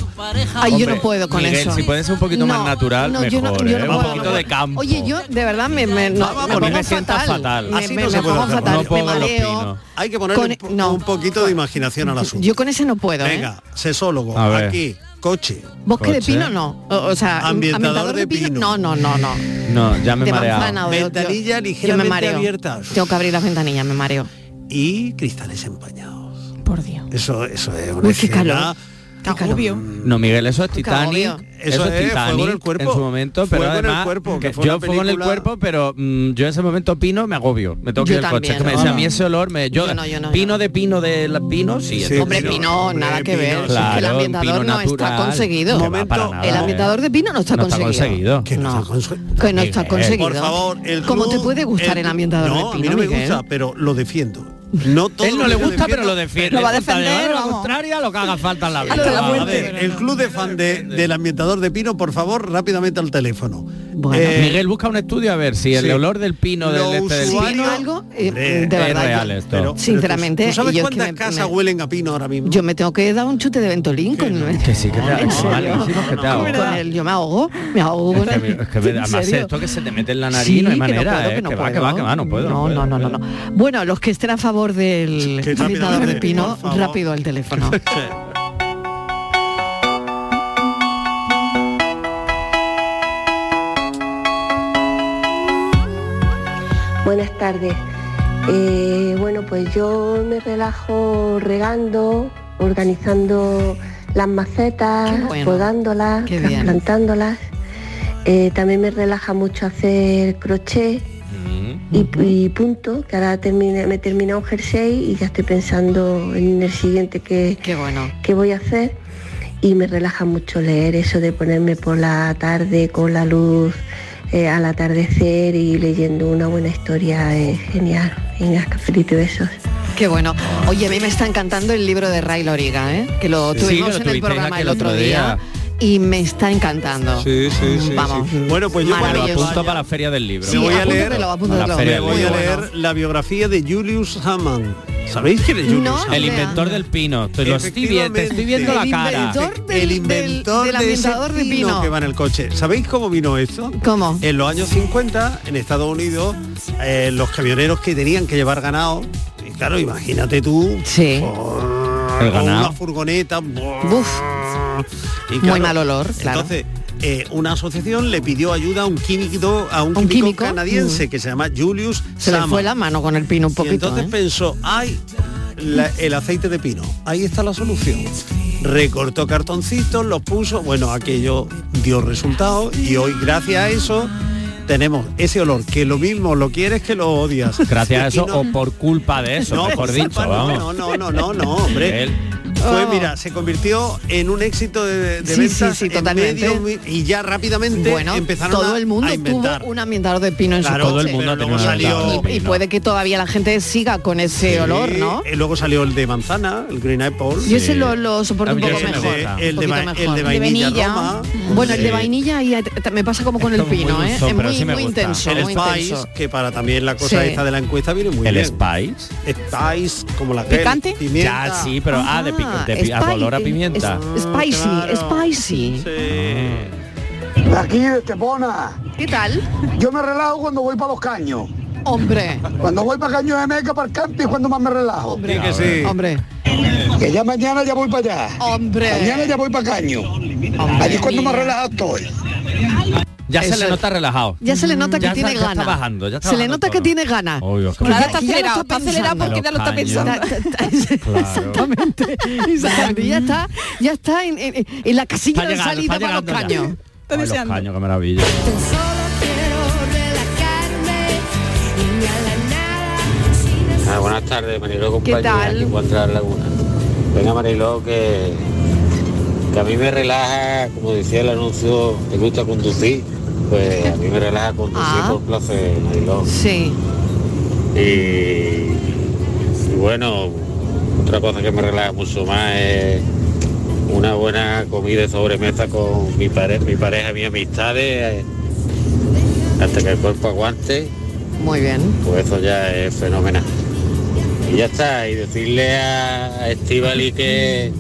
Speaker 6: Ay, yo no puedo con
Speaker 9: Miguel,
Speaker 6: eso.
Speaker 9: si puede ser un poquito más
Speaker 6: No,
Speaker 9: natural,
Speaker 6: no,
Speaker 9: mejor.
Speaker 6: yo no- yo no
Speaker 9: ¿eh?
Speaker 6: puedo.
Speaker 9: un poquito de campo.
Speaker 6: Oye, yo de verdad me, me, no, me
Speaker 9: a mí
Speaker 6: pongo
Speaker 9: me sienta
Speaker 6: fatal.
Speaker 9: fatal.
Speaker 6: Me,
Speaker 9: Así
Speaker 6: me-
Speaker 9: no
Speaker 6: me
Speaker 9: se puede
Speaker 6: pongo
Speaker 9: hacer.
Speaker 6: fatal,
Speaker 9: No
Speaker 6: me
Speaker 9: pongo los
Speaker 6: mareo.
Speaker 9: pinos.
Speaker 7: Hay que poner
Speaker 6: Con-
Speaker 7: un, po- un poquito de imaginación al asunto.
Speaker 6: Yo con ese no puedo, ¿eh?
Speaker 7: Venga, sesólogo,
Speaker 9: A ver.
Speaker 7: aquí, coche.
Speaker 6: Bosque de pino no. O, o sea,
Speaker 7: Ambientador de
Speaker 6: No, no, no, no.
Speaker 9: No, ya me he
Speaker 6: de
Speaker 9: mareado.
Speaker 6: manzana o de otro.
Speaker 7: Ventanilla
Speaker 6: Yo me
Speaker 7: ligeramente
Speaker 6: mareo.
Speaker 7: abierta.
Speaker 6: Tengo que abrir las ventanillas, me mareo.
Speaker 7: Y cristales empañados.
Speaker 6: Por Dios.
Speaker 7: Eso, eso es una
Speaker 6: Uy, qué
Speaker 7: escena-
Speaker 6: calor. Qué calor.
Speaker 9: No, Miguel, eso es
Speaker 6: agobio.
Speaker 9: Titanic. Eso,
Speaker 7: Eso es
Speaker 9: es
Speaker 7: Fuego en el
Speaker 9: Titanic
Speaker 7: Cuerpo.
Speaker 9: en su momento, pero
Speaker 7: Fuego en el
Speaker 9: además
Speaker 7: Cuerpo, que
Speaker 9: que
Speaker 7: fue una
Speaker 9: yo fuego en el
Speaker 7: película-
Speaker 9: cuerpo, pero mm, yo en ese momento pino me agobio, me tengo que
Speaker 6: Yo
Speaker 9: ir al
Speaker 6: también.
Speaker 9: coche. Es que me-
Speaker 6: Ah.
Speaker 9: si a mí ese olor me yo,
Speaker 6: Yo no, yo no, yo
Speaker 9: pino de pino de la- pino sí.
Speaker 6: Sí, hombre, pino, nada que ver. Es que el
Speaker 9: Claro, un
Speaker 6: ambientador
Speaker 9: pino
Speaker 6: no está
Speaker 9: natural.
Speaker 6: conseguido.
Speaker 9: Que va para
Speaker 6: Momento,
Speaker 9: nada,
Speaker 6: el
Speaker 9: ¿eh?
Speaker 6: ambientador de pino no está
Speaker 9: No está
Speaker 6: conseguido.
Speaker 9: conseguido.
Speaker 7: Que no está conse-
Speaker 6: Que no está conseguido.
Speaker 7: Por favor, el
Speaker 6: ¿Cómo te
Speaker 7: club-
Speaker 6: puede gustar el, ambientador
Speaker 7: no,
Speaker 6: de
Speaker 7: a mí
Speaker 6: pino,
Speaker 7: no me
Speaker 6: Miguel?
Speaker 7: gusta, pero lo defiendo. No todo
Speaker 9: Él no
Speaker 7: lo
Speaker 9: le
Speaker 7: que yo
Speaker 9: gusta, pero
Speaker 7: defiendo-
Speaker 9: lo defiende.
Speaker 7: Lo va a
Speaker 9: Está de
Speaker 7: defender,
Speaker 9: mano
Speaker 7: vamos.
Speaker 9: contraria, lo que haga falta en la vida.
Speaker 7: Hasta la
Speaker 9: A ver.
Speaker 7: muerte. el club de fan de- del ambientador de pino, por favor, rápidamente al teléfono. Eh,
Speaker 9: Miguel busca un estudio a ver si el
Speaker 7: sí.
Speaker 9: olor del pino del
Speaker 7: Lo
Speaker 9: este del
Speaker 6: Si
Speaker 9: pino
Speaker 6: vino algo, eh,
Speaker 9: es
Speaker 6: de verdad,
Speaker 9: real
Speaker 6: yo-
Speaker 9: esto.
Speaker 6: sinceramente,
Speaker 7: ¿Tú sabes
Speaker 6: yo es que
Speaker 7: cuántas
Speaker 6: me-
Speaker 7: casas
Speaker 6: me-
Speaker 7: huelen a pino ahora mismo?
Speaker 6: Yo me tengo que dar un chute de ventolín con
Speaker 9: Que sí, que te
Speaker 6: ¿En serio?
Speaker 9: malísimo, que te hago.
Speaker 6: con el- yo me ahogo, me ahogo con
Speaker 9: Es que,
Speaker 6: el-
Speaker 9: es que
Speaker 6: ¿En
Speaker 9: además
Speaker 6: serio?
Speaker 9: esto que se te mete en la nariz
Speaker 6: Sí,
Speaker 9: no
Speaker 6: que
Speaker 9: hay
Speaker 6: no
Speaker 9: manera,
Speaker 6: puedo,
Speaker 9: eh,
Speaker 6: que no
Speaker 9: va, que va, que va, no puedo.
Speaker 6: No, no, no, no, no. Bueno, los que estén a favor del
Speaker 9: Que rápido,
Speaker 6: ambientador de
Speaker 9: rápido,
Speaker 6: pino,
Speaker 9: por favor.
Speaker 6: rápido al teléfono.
Speaker 1: Buenas tardes. Eh, bueno, pues yo me relajo regando, organizando las macetas,
Speaker 4: bueno.
Speaker 1: podándolas,
Speaker 4: Qué bien.
Speaker 1: plantándolas. Eh, también me relaja mucho hacer crochet y, y punto, que ahora termine- me he terminado un jersey y ya estoy pensando en el siguiente que, que voy a hacer. Y me relaja mucho leer eso de ponerme por la tarde con la luz eh, al atardecer y leyendo una buena historia es genial. Venga, cafelito y besos.
Speaker 6: Qué bueno. Oye, a mí me está encantando el libro de Ray Loriga, ¿eh? que lo
Speaker 7: Sí,
Speaker 6: tuvimos
Speaker 7: que
Speaker 6: en el
Speaker 7: lo tuvisteis
Speaker 6: programa el
Speaker 7: aquel
Speaker 6: otro
Speaker 7: otro
Speaker 6: día.
Speaker 7: día.
Speaker 6: y me está encantando.
Speaker 7: Sí, sí, sí,
Speaker 6: Vamos.
Speaker 7: sí. Bueno, pues yo
Speaker 9: Me lo
Speaker 7: maravilloso.
Speaker 9: apunto para la feria del libro.
Speaker 7: me voy a leer,
Speaker 6: apúntatelo,
Speaker 9: apúntatelo.
Speaker 7: me
Speaker 9: Para la
Speaker 7: voy
Speaker 9: feria
Speaker 7: a
Speaker 9: del libro.
Speaker 7: leer la biografía de Julius Hammond. ¿Sabéis quién es Julius
Speaker 9: No,
Speaker 7: Hammond?
Speaker 9: El inventor del pino. Te lo estoy viendo, te estoy viendo la
Speaker 7: El
Speaker 9: cara.
Speaker 7: inventor El inventor
Speaker 6: del
Speaker 7: de ese
Speaker 6: ambientador de
Speaker 7: pino
Speaker 6: pino.
Speaker 7: que va en el coche. ¿Sabéis cómo vino esto?
Speaker 6: ¿Cómo?
Speaker 7: En los años 50, en Estados Unidos, eh, los camioneros que tenían que llevar ganado, y claro, imagínate tú,
Speaker 6: sí.
Speaker 9: El ganado.
Speaker 7: una furgoneta, y
Speaker 6: Muy mal olor, claro.
Speaker 7: Entonces, eh, una asociación le pidió ayuda a un químico, a un químico,
Speaker 6: químico?
Speaker 7: canadiense
Speaker 6: Mm.
Speaker 7: que se llama Julius
Speaker 6: Se le
Speaker 7: Saman.
Speaker 6: fue la mano con el pino un
Speaker 7: Y
Speaker 6: poquito.
Speaker 7: entonces
Speaker 6: ¿eh?
Speaker 7: pensó, ay, la- el aceite de pino, ahí está la solución. Recortó cartoncitos, los puso, bueno, aquello dio resultado y hoy gracias a eso tenemos ese olor que lo mismo lo quieres que lo odias.
Speaker 9: Gracias a
Speaker 7: Y
Speaker 9: eso
Speaker 7: no-
Speaker 9: o por culpa de eso,
Speaker 7: No,
Speaker 9: mejor
Speaker 7: por
Speaker 9: dicho.
Speaker 7: culpa no,
Speaker 9: vamos.
Speaker 7: no, no, no, no, no, hombre.
Speaker 9: Miguel.
Speaker 7: Fue,
Speaker 6: Oh.
Speaker 7: mira, se convirtió en un éxito de, de
Speaker 6: Sí,
Speaker 7: ventas
Speaker 6: sí, sí,
Speaker 7: en
Speaker 6: totalmente.
Speaker 7: medio mi- y ya rápidamente
Speaker 6: bueno,
Speaker 7: empezaron
Speaker 6: todo
Speaker 7: a-
Speaker 6: el mundo
Speaker 7: a inventar.
Speaker 6: tuvo un ambientador de pino en
Speaker 7: Claro,
Speaker 6: su
Speaker 7: todo el
Speaker 6: coche.
Speaker 7: mundo ha Pero luego tenido un salió-
Speaker 6: y,
Speaker 7: ambientador de
Speaker 6: y
Speaker 7: pino.
Speaker 6: puede que todavía la gente siga con ese
Speaker 7: Sí,
Speaker 6: olor, ¿no?
Speaker 7: eh, luego salió el de manzana, el green apple.
Speaker 6: Yo ese lo, lo soporto un
Speaker 7: También
Speaker 6: poco
Speaker 7: ese me
Speaker 6: mejor.
Speaker 7: gusta.
Speaker 6: un
Speaker 7: El de
Speaker 6: poquito
Speaker 7: va-
Speaker 6: mejor.
Speaker 7: el de vainilla Roma.
Speaker 6: Bueno, el de
Speaker 7: Sí.
Speaker 6: vainilla y, me pasa como con el
Speaker 7: como Este muy
Speaker 6: pino, ¿eh?
Speaker 7: dulzón,
Speaker 6: es
Speaker 7: pero
Speaker 6: muy,
Speaker 7: sí me
Speaker 6: muy
Speaker 7: gusta.
Speaker 6: intenso.
Speaker 7: El
Speaker 6: muy
Speaker 7: Spice,
Speaker 6: intenso.
Speaker 7: que para también la cosa
Speaker 6: Sí.
Speaker 7: esta de la encuesta viene muy
Speaker 9: ¿El
Speaker 7: bien.
Speaker 9: Spice?
Speaker 7: Spice, como la gel,
Speaker 6: ¿Picante?
Speaker 7: pimienta.
Speaker 9: Ya, sí, pero ah, de, pico- de pi- a
Speaker 6: Spice,
Speaker 9: color a pimienta.
Speaker 6: es- spicy, spicy.
Speaker 5: De aquí de Estepona.
Speaker 6: ¿Qué tal?
Speaker 5: Yo me relajo cuando voy para los caños.
Speaker 6: Hombre.
Speaker 5: Cuando voy para Caños de Meca, para el campi es cuando más me relajo.
Speaker 7: Hombre. Sí que sí.
Speaker 6: Hombre.
Speaker 5: Que ya mañana ya voy para allá.
Speaker 6: Hombre.
Speaker 5: Mañana ya voy para Caño. Allí es cuando más relajado estoy.
Speaker 9: Ya se
Speaker 6: Eso
Speaker 9: le
Speaker 6: es.
Speaker 9: nota relajado.
Speaker 6: Ya se le nota que
Speaker 9: Ya
Speaker 6: tiene
Speaker 9: está- ya está
Speaker 6: ganas.
Speaker 9: bajando, ya está
Speaker 6: se le
Speaker 9: bajando
Speaker 6: nota
Speaker 9: el
Speaker 6: que
Speaker 9: tono.
Speaker 6: tiene ganas.
Speaker 9: Uy, Dios, qué
Speaker 6: Porque
Speaker 9: maravilla.
Speaker 6: ya lo
Speaker 11: acelerado, está acelerado
Speaker 6: pensando.
Speaker 11: porque ya lo está pensando.
Speaker 6: Ta- ta- ta- Exactamente. Exactamente. Ya está, ya está en, en- en la casilla
Speaker 9: Está
Speaker 6: de
Speaker 9: llegando,
Speaker 6: salida
Speaker 9: está
Speaker 6: para los
Speaker 9: llegando ya.
Speaker 6: caños.
Speaker 9: Ay, los caños, qué maravilla.
Speaker 12: Ah, buenas tardes, Mariló, compañía.
Speaker 6: tal?
Speaker 12: aquí en Cuatro Laguna. Venga, Mariló, que, que a mí me relaja, como decía el anuncio, te gusta conducir. Pues a mí me relaja conducir
Speaker 6: Ah.
Speaker 12: por placer, Mariló.
Speaker 6: Sí.
Speaker 12: Y, y bueno,
Speaker 32: Otra cosa que me relaja mucho más es una buena comida de sobremesa con mi, pare- mi pareja, mis amistades, eh, hasta que el cuerpo aguante.
Speaker 6: Muy bien.
Speaker 32: Pues eso ya es fenomenal. Y ya está, y decirle a Estivali que,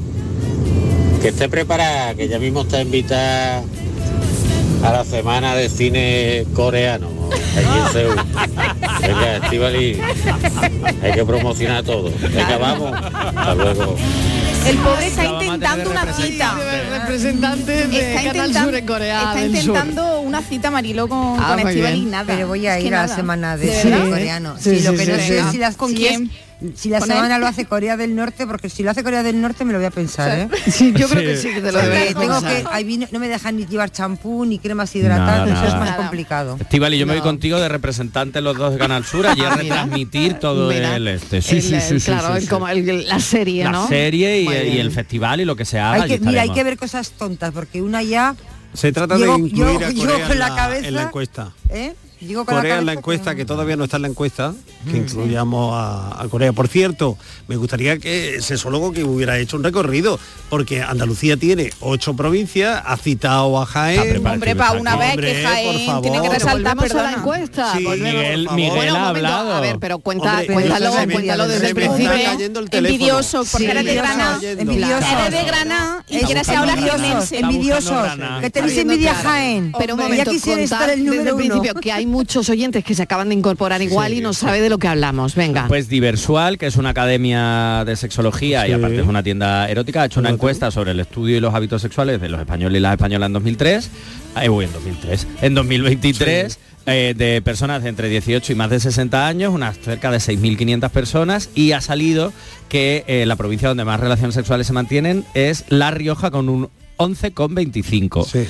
Speaker 32: que esté preparada, que ya mismo está invitada a la semana de cine coreano. Aquí en Seúl. Venga, Estivali, hay que promocionar todo. Venga, vamos. Hasta luego.
Speaker 15: El pobre está intentando una cita.
Speaker 6: Representante de
Speaker 15: Está
Speaker 6: Canal
Speaker 15: intentan-
Speaker 6: Sur en Corea
Speaker 15: Está
Speaker 6: del Sur.
Speaker 15: intentando una cita Marilo con,
Speaker 6: Ah,
Speaker 15: con
Speaker 6: muy
Speaker 15: Estíbaliz,
Speaker 6: bien.
Speaker 15: nada.
Speaker 12: Pero voy a
Speaker 15: Es que
Speaker 12: ir a la
Speaker 15: nada.
Speaker 12: semana
Speaker 15: ¿De
Speaker 12: de cine
Speaker 15: verdad?
Speaker 12: coreano.
Speaker 15: Sí,
Speaker 12: Sí, lo
Speaker 15: sí,
Speaker 12: que
Speaker 15: sí,
Speaker 12: no
Speaker 15: sí.
Speaker 12: sé es si las
Speaker 15: ¿Con
Speaker 12: si es-
Speaker 15: quién?
Speaker 12: si la
Speaker 15: ¿Con él?
Speaker 12: semana lo hace Corea del Norte, porque si lo hace Corea del Norte me lo voy a pensar, ¿eh?
Speaker 6: Sí, yo creo que sí que te lo
Speaker 12: Porque
Speaker 6: deberías
Speaker 12: tengo
Speaker 6: pensar.
Speaker 12: que ahí no, no me dejan ni llevar champú ni cremas hidratantes,
Speaker 9: Nada.
Speaker 12: eso es más
Speaker 9: Nada.
Speaker 12: complicado.
Speaker 9: Estivali, yo me voy contigo de representante los dos de Canal Sur y a retransmitir todo
Speaker 12: Mira.
Speaker 9: el este.
Speaker 6: Ah, El- el- claro, el- como el- la serie,
Speaker 9: La
Speaker 6: ¿no?
Speaker 9: serie y,
Speaker 6: Muy
Speaker 9: y
Speaker 6: bien.
Speaker 9: el festival y lo que se haga.
Speaker 12: Hay
Speaker 9: allí
Speaker 12: que- mira, hay
Speaker 9: estaremos.
Speaker 12: que ver cosas tontas, porque una ya,
Speaker 7: Se trata
Speaker 12: Yo-
Speaker 7: de incluir a
Speaker 12: yo- yo
Speaker 7: Corea en
Speaker 12: con la
Speaker 7: la-
Speaker 12: cabeza-
Speaker 7: en la encuesta.
Speaker 12: ¿eh? Digo con
Speaker 7: Corea
Speaker 12: la
Speaker 7: en la
Speaker 12: cabeza-
Speaker 7: encuesta, que todavía no está en la encuesta, que incluyamos a, a Corea. Por cierto, me gustaría que sesólogo que hubiera hecho un recorrido, porque Andalucía tiene ocho provincias, ha citado a Jaén.
Speaker 15: Hombre, para una vez que
Speaker 7: Hombre, por
Speaker 15: Jaén tiene que
Speaker 7: favor.
Speaker 15: resaltar
Speaker 6: Volvemos a la
Speaker 15: perdona.
Speaker 6: encuesta.
Speaker 7: Sí,
Speaker 6: volvemos, por
Speaker 7: Miguel-
Speaker 6: favor.
Speaker 7: Miguel
Speaker 6: Bueno, un
Speaker 7: ha
Speaker 6: momento,
Speaker 7: hablado.
Speaker 6: A ver, pero cuenta,
Speaker 7: Hombre, pero
Speaker 6: cuéntalo,
Speaker 7: se me-
Speaker 6: cuéntalo
Speaker 7: se
Speaker 6: desde el
Speaker 7: me está
Speaker 6: principio.
Speaker 7: cayendo el teléfono.
Speaker 15: Envidioso, porque
Speaker 6: Sí,
Speaker 15: eres de
Speaker 6: envidioso,
Speaker 15: Granada.
Speaker 12: envidioso.
Speaker 15: Eres de Granada y
Speaker 12: Está
Speaker 15: quieres ser ahora
Speaker 12: buscando
Speaker 15: jienense.
Speaker 12: Está envidiosos, buscando Granada. que tenéis envidia a Jaén.
Speaker 6: Pero un
Speaker 12: Hombre,
Speaker 6: momento,
Speaker 12: ya quisiera estar
Speaker 6: contad
Speaker 12: el número
Speaker 6: desde el
Speaker 12: uno.
Speaker 6: principio que hay muchos oyentes que se acaban de incorporar igual y no sabe de lo que hablamos. Venga.
Speaker 9: Pues Diversual, que es una academia de sexología y aparte es una tienda erótica, ha hecho una encuesta sobre el estudio y los hábitos sexuales de los españoles y las españolas en 2003, eh, uy, en 2003, en 2023, eh, de personas de entre 18 y más de 60 años, unas cerca de 6.500 personas, y ha salido que eh, la provincia donde más relaciones sexuales se mantienen es La Rioja con un 11,25.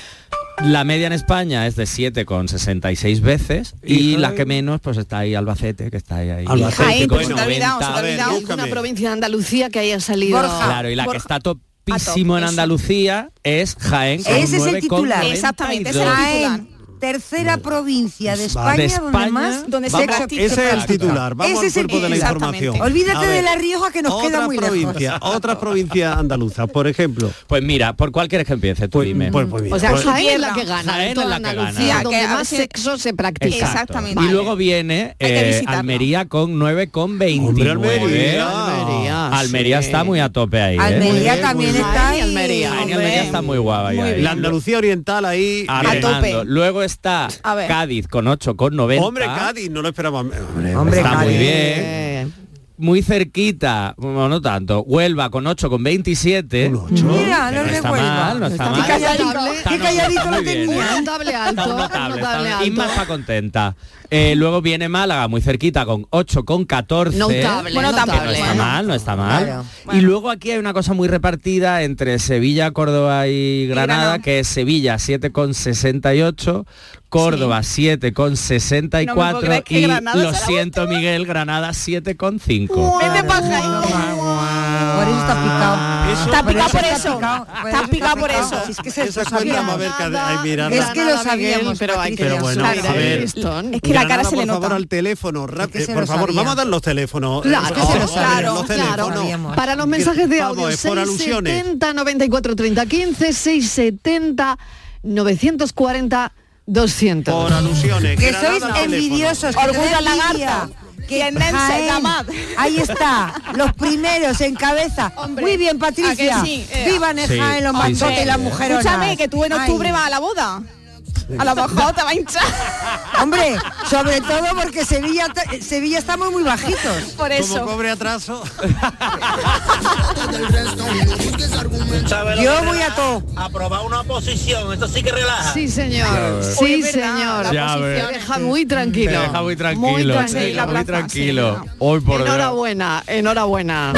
Speaker 9: La media en España es de 7,66 veces y, la que menos pues está ahí Albacete, que está ahí. ahí
Speaker 6: Albacete, Jaén,
Speaker 9: con
Speaker 6: pues, se te ha olvidado, se te ha
Speaker 9: 90.
Speaker 6: olvidado una provincia de Andalucía que haya salido.
Speaker 9: Claro, y la que está topísimo en
Speaker 6: eso.
Speaker 9: Andalucía es Jaén. con
Speaker 12: Ese es el titular.
Speaker 9: 9,92. Pues,
Speaker 12: Jaén, tercera provincia de España,
Speaker 9: De
Speaker 12: donde
Speaker 9: España,
Speaker 12: más
Speaker 9: donde se
Speaker 12: sexo
Speaker 9: practica.
Speaker 12: se
Speaker 7: Ese es el
Speaker 12: practica.
Speaker 7: titular, vamos
Speaker 12: Ese
Speaker 7: al
Speaker 12: es el
Speaker 7: cuerpo de la
Speaker 12: exactamente.
Speaker 7: información. A
Speaker 12: Olvídate
Speaker 7: ver,
Speaker 12: de La Rioja que nos queda
Speaker 7: Otra
Speaker 12: muy
Speaker 7: provincia,
Speaker 12: lejos.
Speaker 7: otra provincia andaluza, por ejemplo.
Speaker 9: Pues mira, ¿por cuál quieres que empiece?
Speaker 7: Pues,
Speaker 9: Tú dime.
Speaker 6: O sea, Jaén es la que gana.
Speaker 9: Jaén
Speaker 6: en
Speaker 9: es
Speaker 6: toda
Speaker 9: la que gana.
Speaker 6: Andalucía,
Speaker 9: Ya,
Speaker 6: donde
Speaker 15: que
Speaker 6: más
Speaker 15: se-
Speaker 6: sexo se practica.
Speaker 9: Exacto. Y luego viene
Speaker 6: Hay que
Speaker 9: eh,
Speaker 6: visitarlo.
Speaker 9: Almería con 9,29.
Speaker 7: Almería.
Speaker 9: Almería, está muy a tope ahí. ¿eh?
Speaker 12: Almería también está ahí.
Speaker 9: Jaén y Almería está muy guapa ya ahí.
Speaker 7: La Andalucía oriental ahí
Speaker 9: Arremando. Luego está
Speaker 7: A ver.
Speaker 9: Cádiz con 8,90.
Speaker 7: Hombre, Cádiz, no lo esperaba. Hombre,
Speaker 9: está Ah, muy bien. Muy cerquita, bueno, no tanto, Huelva con 8,27.
Speaker 12: Mira,
Speaker 9: no
Speaker 12: los de
Speaker 9: está
Speaker 12: Huelva.
Speaker 9: mal, no está
Speaker 12: Qué
Speaker 9: mal.
Speaker 12: calladito, qué calladito lo
Speaker 9: muy bien,
Speaker 12: tenía.
Speaker 9: ¿eh?
Speaker 6: Notable alto.
Speaker 9: Está notable, está-
Speaker 6: notable alto.
Speaker 9: Isma está contenta. Eh, luego viene Málaga, muy cerquita, con 8,14. con
Speaker 6: Notable, Bueno, notable.
Speaker 9: No está
Speaker 6: Bueno.
Speaker 9: mal, no está mal.
Speaker 6: Claro.
Speaker 9: Y luego aquí hay una cosa muy repartida entre Sevilla, Córdoba y Granada,
Speaker 6: Granada.
Speaker 9: que es Sevilla 7,68. Córdoba 7,64
Speaker 15: No me puedo creer que
Speaker 9: y
Speaker 15: Granada
Speaker 9: lo
Speaker 15: sea la
Speaker 9: siento Miguel, Granada 7,5.
Speaker 15: Vete pa' Jaén.
Speaker 12: Por eso está picado.
Speaker 15: Está picado por
Speaker 12: está
Speaker 15: eso.
Speaker 12: picado,
Speaker 15: Está picado por eso.
Speaker 12: Si es que se
Speaker 7: Esa
Speaker 12: lo sabía.
Speaker 7: cuenta, vamos a ver, Cade- ay, mirad.
Speaker 12: Es que lo
Speaker 6: Granada,
Speaker 12: sabíamos,
Speaker 6: Miguel, pero hay que
Speaker 12: Patricia.
Speaker 7: Pero bueno,
Speaker 6: Claro,
Speaker 7: a ver.
Speaker 6: es
Speaker 12: que la cara se
Speaker 7: por
Speaker 12: le nota.
Speaker 7: favor, al teléfono, rápido.
Speaker 12: se
Speaker 7: por
Speaker 12: lo
Speaker 7: favor,
Speaker 12: sabía.
Speaker 7: vamos a dar los teléfonos.
Speaker 6: Claro,
Speaker 7: Eh,
Speaker 6: claro,
Speaker 7: vamos a ver
Speaker 6: claro,
Speaker 7: los teléfonos.
Speaker 6: claro. Para los mensajes de
Speaker 7: Vamos,
Speaker 6: audio,
Speaker 7: es por alusiones.
Speaker 6: 670 94 30 15, 670 940 200.
Speaker 7: Por alusiones.
Speaker 12: Que
Speaker 7: Granada,
Speaker 12: sois
Speaker 7: teléfono.
Speaker 12: envidiosos. que
Speaker 15: Orgullo
Speaker 12: te da envidia,
Speaker 15: lagarta.
Speaker 12: Que
Speaker 15: Tiendense,
Speaker 12: Jaén,
Speaker 15: llamad.
Speaker 12: ahí está, los primeros en cabeza. Muy bien, Patricia.
Speaker 15: ¿a que sí? Eh,
Speaker 12: Vivan en
Speaker 15: Sí,
Speaker 12: Jaén los
Speaker 15: sí,
Speaker 12: machotes
Speaker 15: sí.
Speaker 12: y las mujeres.
Speaker 15: Escúchame, que tú en octubre vas a la boda. A lo mejor te va a hinchar.
Speaker 12: Hombre, sobre todo porque Sevilla, eh, Sevilla estamos muy bajitos.
Speaker 15: Por eso.
Speaker 7: Como cobre atraso.
Speaker 12: Yo voy a todo.
Speaker 8: Aprobar una posición, esto sí que relaja.
Speaker 6: Sí, señor.
Speaker 9: Ya
Speaker 6: Sí,
Speaker 9: ves.
Speaker 6: señor.
Speaker 9: Ya
Speaker 6: La
Speaker 9: ves.
Speaker 6: oposición deja muy tranquilo.
Speaker 9: Te deja muy tranquilo.
Speaker 6: Muy
Speaker 9: te
Speaker 6: tranquilo.
Speaker 9: deja muy
Speaker 6: Abraza,
Speaker 9: tranquilo. Hoy por Dios.
Speaker 6: Enhorabuena, enhorabuena.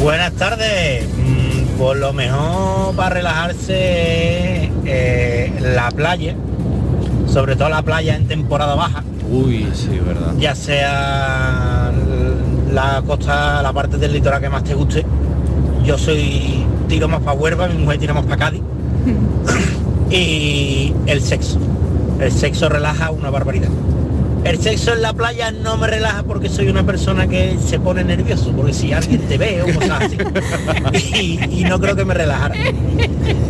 Speaker 8: Buenas tardes. Mm, Por lo mejor para relajarse eh, la playa, sobre todo la playa en temporada baja,
Speaker 9: Uy, sí, verdad.
Speaker 8: ya sea la costa, la parte del litoral que más te guste. Yo soy tiro más para Huelva, mi mujer tira más para Cádiz. Y el sexo. El sexo relaja una barbaridad. El sexo en la playa no me relaja porque soy una persona que se pone nervioso, porque si alguien te ve o cosas así. Y, y no creo que me relajara.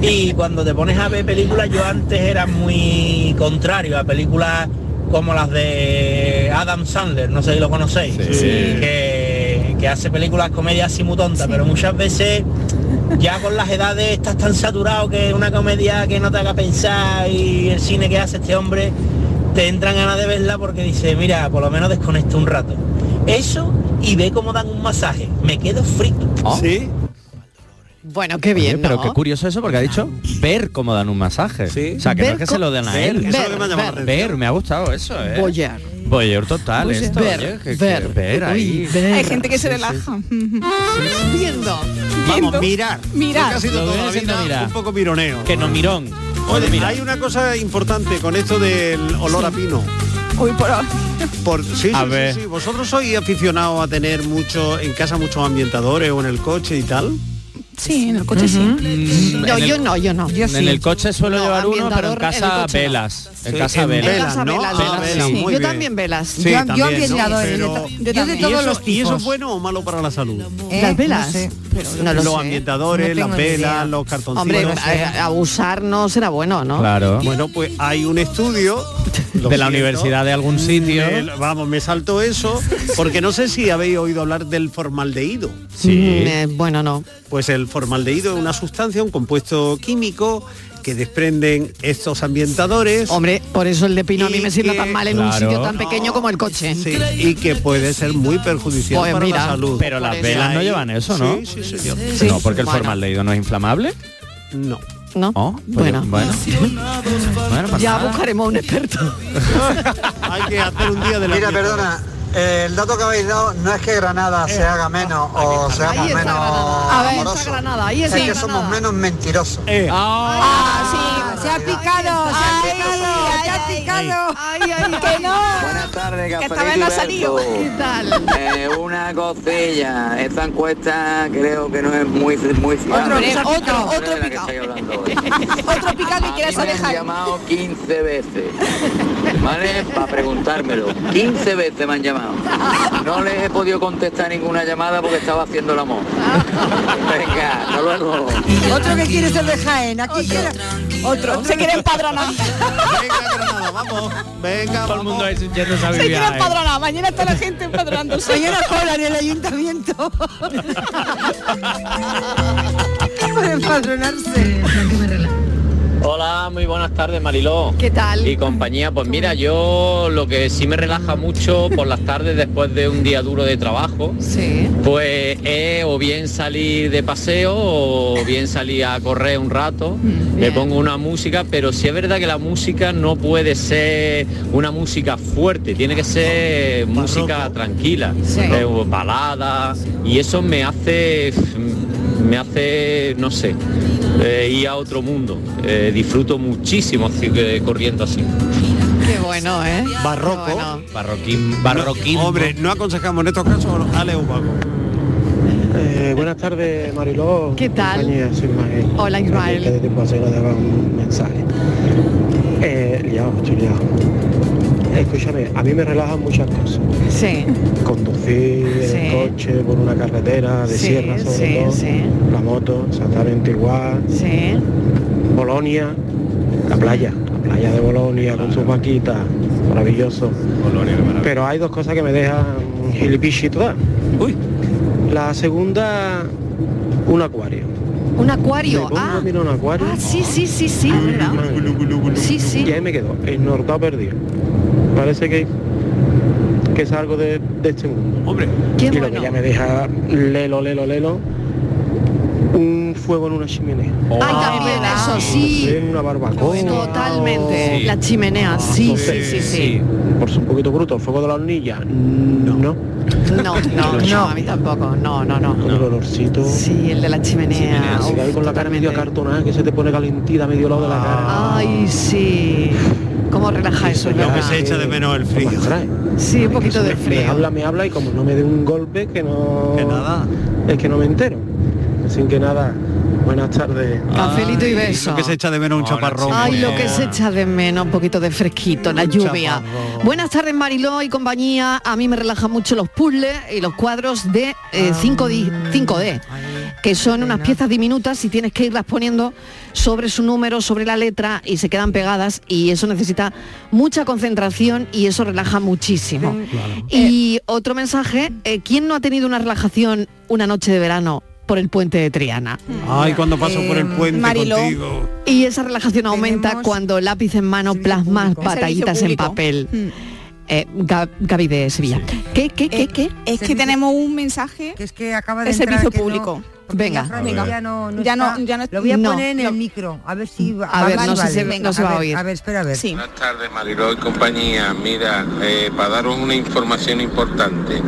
Speaker 8: Y cuando te pones a ver películas, yo antes era muy contrario a películas como las de Adam Sandler, no sé si lo conocéis, que, que hace películas comedias así muy tontas, pero muchas veces ya con las edades estás tan saturado que una comedia que no te haga pensar y el cine que hace este hombre te entran ganas de verla porque dice, mira, por lo menos desconecta un rato. Eso y ve cómo dan un masaje. Me quedo frito.
Speaker 9: ¿Ah?
Speaker 6: ¿Ah?
Speaker 7: ¿Sí?
Speaker 6: Bueno, qué bien.
Speaker 9: Oye, pero
Speaker 6: ¿no?
Speaker 9: qué curioso eso, porque ha dicho ver cómo dan un masaje. O sea, que
Speaker 6: Ver
Speaker 9: no es que
Speaker 6: co-
Speaker 9: se lo den a
Speaker 6: ver,
Speaker 9: él.
Speaker 6: Eso es lo que me ha llamado la
Speaker 9: ver,
Speaker 6: atención.
Speaker 9: ver, me ha gustado eso, ¿eh?
Speaker 6: Voyeur.
Speaker 9: Voyeur total,
Speaker 6: Voyeur.
Speaker 9: esto.
Speaker 6: Ver,
Speaker 9: oye, que- que-
Speaker 6: ver.
Speaker 9: ver
Speaker 6: Uy,
Speaker 9: ahí.
Speaker 6: ver.
Speaker 11: Hay gente que se relaja. Viendo. viendo. Mirar.
Speaker 7: Porque ha
Speaker 15: Eh,
Speaker 7: sido
Speaker 11: Lo
Speaker 7: toda
Speaker 11: viene
Speaker 7: la
Speaker 11: siendo
Speaker 7: vida
Speaker 9: mirar.
Speaker 7: un poco mironeo.
Speaker 9: Que no mirón.
Speaker 7: Oye,
Speaker 9: mira.
Speaker 7: hay una cosa importante con esto del olor a pino.
Speaker 11: Hoy por hoy.
Speaker 7: sí,
Speaker 9: A
Speaker 7: sí, sí,
Speaker 9: ver.
Speaker 7: sí. ¿Vosotros sois aficionados a tener mucho en casa muchos ambientadores o en el coche y tal?
Speaker 11: Sí, en el coche sí.
Speaker 6: No, yo no, yo no. Yo
Speaker 9: En el coche suelo llevar uno, pero en
Speaker 6: ambientador, en el
Speaker 9: casa
Speaker 6: coche no.
Speaker 9: velas. En
Speaker 7: Sí,
Speaker 9: casa
Speaker 7: en
Speaker 9: velas.
Speaker 7: velas, ¿no?
Speaker 6: velas,
Speaker 7: Velas,
Speaker 6: velas,
Speaker 7: sí.
Speaker 6: sí.
Speaker 7: muy
Speaker 6: Yo
Speaker 7: bien.
Speaker 6: también velas.
Speaker 7: Sí,
Speaker 6: Yo-
Speaker 7: también, ¿no?
Speaker 4: ambientadores,
Speaker 7: Pero-
Speaker 4: yo ta- yo también.
Speaker 7: ¿Y eso-
Speaker 4: todos los
Speaker 7: ¿Y eso
Speaker 4: tipos.
Speaker 7: es bueno o malo para la salud?
Speaker 6: Las velas. no lo
Speaker 7: los
Speaker 6: sé.
Speaker 7: ambientadores,
Speaker 6: No tengo
Speaker 7: las
Speaker 6: ni
Speaker 7: velas,
Speaker 6: idea.
Speaker 7: los cartoncitos.
Speaker 6: Hombre, eh, a- a- abusar no será bueno, ¿no?
Speaker 7: Bueno, pues hay un estudio de
Speaker 9: la universidad de algún sitio.
Speaker 7: vamos, me salto eso porque no sé si habéis oído hablar del formaldehído.
Speaker 6: Mm, eh, bueno, no.
Speaker 7: Pues el formaldehído es una sustancia, un compuesto químico que desprenden estos ambientadores.
Speaker 6: Hombre, por eso el de pino a mí me sirve tan mal en un sitio tan
Speaker 7: pequeño
Speaker 6: pequeño como el coche.
Speaker 7: y que puede ser muy perjudicial
Speaker 6: Pues
Speaker 7: para
Speaker 6: mira,
Speaker 7: la salud.
Speaker 9: Pero las velas no llevan eso, ¿no?
Speaker 7: Sí, sí, señor.
Speaker 9: No, porque el
Speaker 7: Bueno.
Speaker 9: formaldehído no es inflamable.
Speaker 7: No.
Speaker 6: No.
Speaker 9: Oh, pues
Speaker 6: Bueno.
Speaker 9: yo- Bueno. Bueno, pues
Speaker 6: ya
Speaker 9: nada.
Speaker 6: buscaremos un experto.
Speaker 7: Hay que hacer un día de la
Speaker 10: Mira, perdona, eh, el dato que habéis dado no es que Granada
Speaker 7: Eh,
Speaker 10: se haga menos o seamos menos
Speaker 6: Granada. A ver, está
Speaker 10: amorosos.
Speaker 6: Granada, ahí
Speaker 10: es
Speaker 6: está
Speaker 10: que
Speaker 6: Granada.
Speaker 10: somos menos mentirosos.
Speaker 7: Eh.
Speaker 4: Ah, sí, se ha picado, se ha picado, se ha picado.
Speaker 6: Que
Speaker 4: no.
Speaker 24: Que
Speaker 4: esta vez no ha salido.
Speaker 24: ¿Qué tal? Eh, una costilla. Esta encuesta creo que no es muy muy fiable.
Speaker 11: Otro, Hombre, otro,
Speaker 24: No sé
Speaker 11: otro
Speaker 24: de la que
Speaker 11: picado.
Speaker 24: estáis hablando hoy.
Speaker 11: Otro picado y
Speaker 24: A
Speaker 11: quieres
Speaker 24: mí me han
Speaker 11: alejar.
Speaker 24: llamado 15 veces, ¿vale? Para preguntármelo. 15 veces me han llamado. No les he podido contestar ninguna llamada porque estaba haciendo el amor. Venga, hasta luego.
Speaker 4: Otro que quiere ser de Jaén, aquí quiere-
Speaker 11: Otro. Se quiere empadronar.
Speaker 7: Venga,
Speaker 9: todo el mundo ahí yéndose a
Speaker 11: Se
Speaker 9: vivir
Speaker 11: quiere
Speaker 9: ahí.
Speaker 11: empadronar. Mañana está la gente empadronándose.
Speaker 4: Mañana cobran en el ayuntamiento. Para empadronarse.
Speaker 31: Hola, muy buenas tardes, Mariló.
Speaker 6: ¿Qué tal?
Speaker 31: Y compañía, pues mira, yo lo que sí me relaja mucho por las tardes después de un día duro de trabajo,
Speaker 6: Sí.
Speaker 31: pues es o bien salir de paseo o bien salir a correr un rato,
Speaker 6: Mm,
Speaker 31: me pongo una música, pero sí es verdad que la música no puede ser una música fuerte, tiene que ser música tranquila,
Speaker 33: Sí.
Speaker 31: eh, o balada, y eso me hace, me hace, no sé, eh, ir a otro mundo. Eh, disfruto muchísimo así que corriendo así.
Speaker 6: Qué bueno, ¿eh?
Speaker 7: Barroco.
Speaker 31: Barroquín, barroquín.
Speaker 7: Hombre, no aconsejamos en estos casos a Leo Paco.
Speaker 34: Eh, buenas tardes, Mariló.
Speaker 6: ¿Qué tal?
Speaker 34: Compañía, soy Ismael.
Speaker 6: Hola, Ismael.
Speaker 34: Desde tiempo hace que no daba un mensaje. Eh, liado, estoy liado. Escúchame, a mí me relajan muchas cosas.
Speaker 6: Sí.
Speaker 34: Conducir en el
Speaker 6: Sí.
Speaker 34: coche por una carretera de
Speaker 6: Sí,
Speaker 34: sierra sobre
Speaker 6: sí,
Speaker 34: todo.
Speaker 6: sí.
Speaker 34: La moto, exactamente igual.
Speaker 6: Sí.
Speaker 34: Bolonia, la playa, la playa de Bolonia con sus vaquitas, maravilloso. Pero hay dos cosas que me dejan gilipichi toda. La segunda, un acuario.
Speaker 6: Un acuario.
Speaker 34: Me pongo
Speaker 6: Ah.
Speaker 34: a mirar un acuario.
Speaker 6: Ah, sí, sí, sí, sí, ¿verdad? Sí, sí.
Speaker 34: Y ahí me quedo, ennortado perdido. Parece que, que salgo de, de este mundo.
Speaker 7: Hombre,
Speaker 34: y lo que ya me deja lelo, lelo, lelo, un fuego en una chimenea.
Speaker 6: Ay, también eso, sí.
Speaker 34: En una barbacoa.
Speaker 6: Totalmente. La chimenea,
Speaker 34: Ah,
Speaker 6: sí, sí, sí, sí.
Speaker 34: Por su poquito bruto, el fuego de la hornilla. No. No.
Speaker 6: No, no, no, a mí tampoco. No, no, no.
Speaker 34: El olorcito.
Speaker 6: Sí, el de la chimenea.
Speaker 34: Si
Speaker 6: uf,
Speaker 34: cae con la cara medio acartonada, que se te pone calentita a medio lado de la cara.
Speaker 6: Ay, sí. ¿Cómo relaja eso?
Speaker 34: Lo
Speaker 6: ¿verdad?
Speaker 34: que se echa de
Speaker 7: menos el frío.
Speaker 6: Sí, un poquito de
Speaker 34: Me
Speaker 6: frío.
Speaker 34: habla, me habla y como no me dé un golpe que no.
Speaker 7: Que nada.
Speaker 34: Es que no me entero. Así que nada. Buenas tardes.
Speaker 6: Cafelito y beso.
Speaker 7: Lo que se echa de menos un chaparrón.
Speaker 6: Ay, lo que se echa de menos, un poquito de fresquito, la lluvia. Buenas tardes, Mariló y compañía. A mí me relajan mucho los puzzles y los cuadros de eh, 5 di- 5D, que son unas piezas diminutas y tienes que irlas poniendo sobre su número, sobre la letra y se quedan pegadas y eso necesita mucha concentración y eso relaja muchísimo. Y otro mensaje, eh, ¿quién no ha tenido una relajación una noche de verano por el puente de Triana?
Speaker 7: Ay, cuando paso por el puente
Speaker 6: Eh, Em, Mariló.
Speaker 7: contigo.
Speaker 6: Y esa relajación aumenta cuando lápiz en mano plasmas
Speaker 11: público.
Speaker 6: batallitas en
Speaker 11: Servicio público.
Speaker 6: papel. Eh, Ga- Gaby de Sevilla. ¿Qué, qué, qué, qué?
Speaker 11: Es que tenemos un mensaje
Speaker 33: que es que acaba
Speaker 11: de
Speaker 33: de
Speaker 11: servicio público.
Speaker 6: Venga.
Speaker 33: Fran, ya no, no
Speaker 11: Ya no-
Speaker 33: está.
Speaker 11: ya no-
Speaker 33: lo voy a
Speaker 11: no,
Speaker 33: poner en
Speaker 11: no.
Speaker 33: el micro a ver si va,
Speaker 6: A ver, no sé si se- no se va a
Speaker 33: ver,
Speaker 6: oír.
Speaker 33: a ver espera a ver
Speaker 35: Buenas tardes, Mariló y compañía. Mira, eh, para daros una información importante,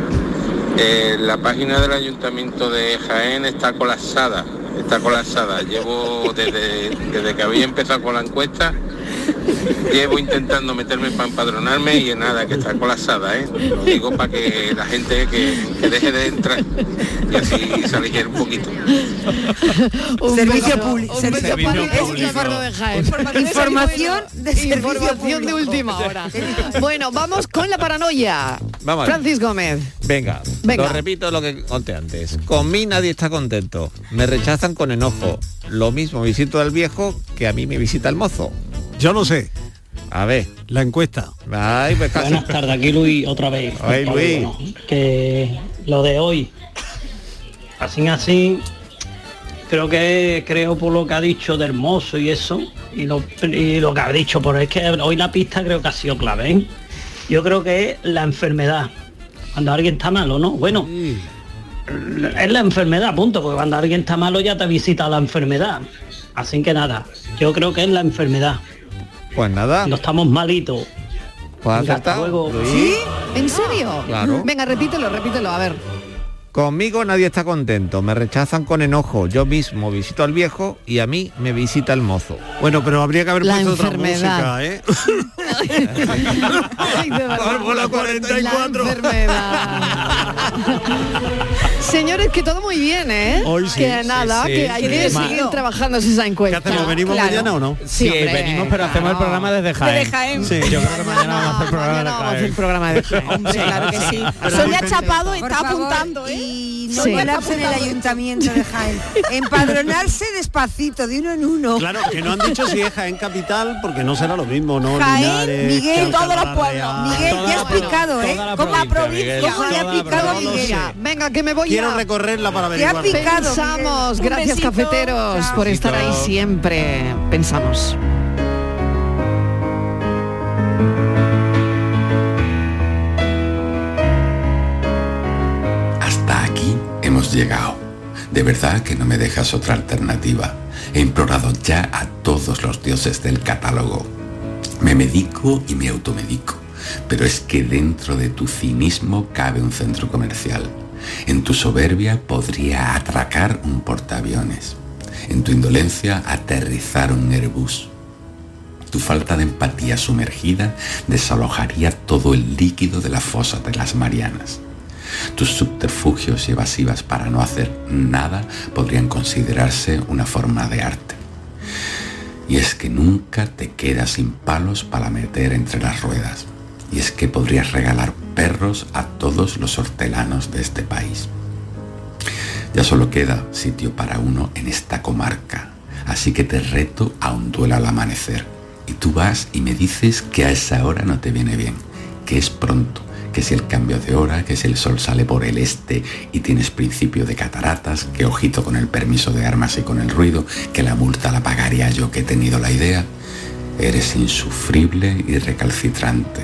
Speaker 35: eh, la página del Ayuntamiento de Jaén está colapsada, está colapsada. Llevo desde, desde que había empezado con la encuesta, llevo intentando meterme para empadronarme y nada, que está colapsada, ¿eh? Lo digo para que la gente que, que deje de entrar y así se aligere un poquito.
Speaker 10: Mm.
Speaker 33: servicio
Speaker 6: beso-
Speaker 33: público
Speaker 6: un
Speaker 33: servicio
Speaker 6: beso para-
Speaker 33: público.
Speaker 6: es un acuerdo de Jaén.
Speaker 33: información de servicio
Speaker 6: Información de
Speaker 33: público.
Speaker 6: última hora. Bueno, vamos con la paranoia.
Speaker 9: Vamos a ver.
Speaker 6: Francis Gómez.
Speaker 9: Venga,
Speaker 6: Venga.
Speaker 9: lo repito lo que conté antes. Con mí nadie está contento. Me rechazan con enojo. Lo mismo visito al viejo que a mí me visita el mozo.
Speaker 7: Yo no sé.
Speaker 9: A ver.
Speaker 7: La encuesta.
Speaker 9: Ay, pues casi.
Speaker 36: Buenas tardes, aquí Luis otra vez.
Speaker 9: Ay, Luis.
Speaker 36: Bueno, que lo de hoy, así así, creo que creo por lo que ha dicho de hermoso y eso, y lo, y lo que ha dicho, pero es que hoy la pista creo que ha sido clave. ¿eh? Yo creo que es la enfermedad. Cuando alguien está malo, ¿no? Bueno, es la enfermedad, punto, porque cuando alguien está malo ya te visita la enfermedad. Así que nada, yo creo que es la enfermedad.
Speaker 9: Pues nada.
Speaker 36: No estamos malitos.
Speaker 9: Pues acertado,
Speaker 36: Venga, hasta luego.
Speaker 9: Luis.
Speaker 6: ¿En serio?
Speaker 9: Claro.
Speaker 6: Venga, repítelo, repítelo, a ver.
Speaker 9: Conmigo nadie está contento. Me rechazan con enojo. Yo mismo visito al viejo y a mí me visita el mozo.
Speaker 7: Bueno, pero habría que haber
Speaker 6: La
Speaker 7: puesto
Speaker 6: enfermedad.
Speaker 7: otra música, ¿eh?
Speaker 6: Ay, de verdad.
Speaker 7: Fórmula 44.
Speaker 6: La enfermedad. Señores, que todo muy bien, ¿eh?
Speaker 7: Hoy sí,
Speaker 6: que
Speaker 7: sí,
Speaker 6: nada,
Speaker 9: sí,
Speaker 6: que hay
Speaker 9: sí.
Speaker 6: que
Speaker 9: Hermano.
Speaker 6: seguir trabajando esa encuesta.
Speaker 9: ¿Qué hacemos? ¿Venimos mañana o no? Sí,
Speaker 6: hombre,
Speaker 9: venimos, pero hacemos el programa desde
Speaker 6: Desde
Speaker 9: Jaén.
Speaker 6: Jaén.
Speaker 9: Sí, yo creo que mañana vamos a hacer programa de
Speaker 6: Vamos a hacer el programa de Jaén.
Speaker 11: claro que sí. Sonia Chapado está apuntando, ¿eh?
Speaker 33: y no
Speaker 11: Sí.
Speaker 33: colapsen el ayuntamiento de Jaén empadronarse despacito de uno en uno
Speaker 7: Claro, que no han dicho si es Jaén Capital, porque no será lo mismo, ¿no?
Speaker 33: Jaén
Speaker 7: Linares,
Speaker 33: Miguel
Speaker 7: Alcalá
Speaker 33: todos los pueblos
Speaker 7: Real.
Speaker 33: Miguel ya has picado eh como la provincia
Speaker 7: Miguel,
Speaker 33: como le
Speaker 7: toda
Speaker 33: ha
Speaker 7: la
Speaker 33: picado
Speaker 7: provincia.
Speaker 33: Miguel
Speaker 6: Ya, Venga, que me voy
Speaker 7: Quiero
Speaker 6: a...
Speaker 7: recorrerla para
Speaker 6: Te ha
Speaker 7: averiguar.
Speaker 6: picado, Pensamos,
Speaker 33: Miguel. Un
Speaker 6: gracias
Speaker 33: besito.
Speaker 6: cafeteros
Speaker 33: Chao.
Speaker 6: por estar ahí
Speaker 33: Besito.
Speaker 6: siempre. Pensamos.
Speaker 37: Hasta aquí hemos llegado. De verdad que no me dejas otra alternativa. He implorado ya a todos los dioses del catálogo. Me medico y me automedico. Pero es que dentro de tu cinismo cabe un centro comercial. En tu soberbia podría atracar un portaaviones. En tu indolencia aterrizar un Airbus. Tu falta de empatía sumergida desalojaría todo el líquido de la fosa de las Marianas. Tus subterfugios y evasivas para no hacer nada podrían considerarse una forma de arte. Y es que nunca te quedas sin palos para meter entre las ruedas. Y es que podrías regalar perros a todos los hortelanos de este país. Ya solo queda sitio para uno en esta comarca. Así que te reto a un duelo al amanecer. Y tú vas y me dices que a esa hora no te viene bien, que es pronto, que si el cambio de hora, que si el sol sale por el este y tienes principio de cataratas, que ojito con el permiso de armas y con el ruido, que la multa la pagaría yo que he tenido la idea. Eres insufrible y recalcitrante.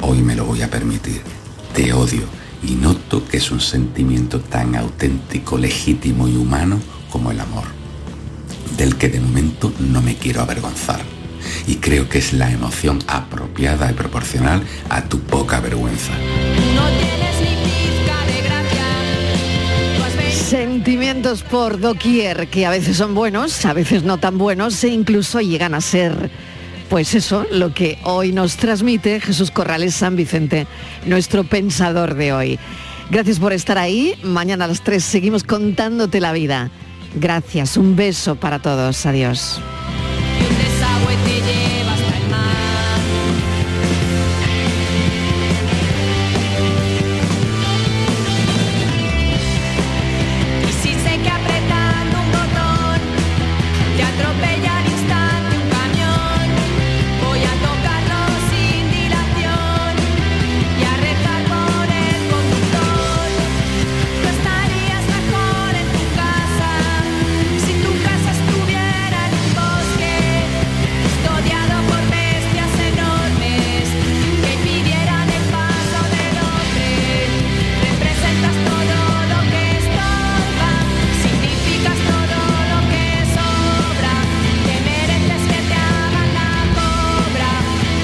Speaker 37: Hoy me lo voy a permitir. Te odio y noto que es un sentimiento tan auténtico, legítimo y humano como el amor, del que de momento no me quiero avergonzar. Y creo que es la emoción apropiada y proporcional a tu poca vergüenza.
Speaker 6: Sentimientos por doquier, que a veces son buenos, a veces no tan buenos e incluso llegan a ser, pues eso, lo que hoy nos transmite Jesús Corrales San Vicente, nuestro pensador de hoy. Gracias por estar ahí. Mañana a las 3 seguimos contándote la vida. Gracias, un beso para todos, adiós.
Speaker 15: Un desagüe te lleva hasta el mar. Y si sé que apretando un botón te atropella al instante un camión, voy a tocarlo sin dilación y a rezar por el conductor. Tú estarías mejor en tu casa si tu casa estuviera en un bosque. Custodiado por bestias enormes que impidieran el paso del hombre. Representas todo lo que estorba, significas todo lo que sobra. Te mereces que te hagan la cobra,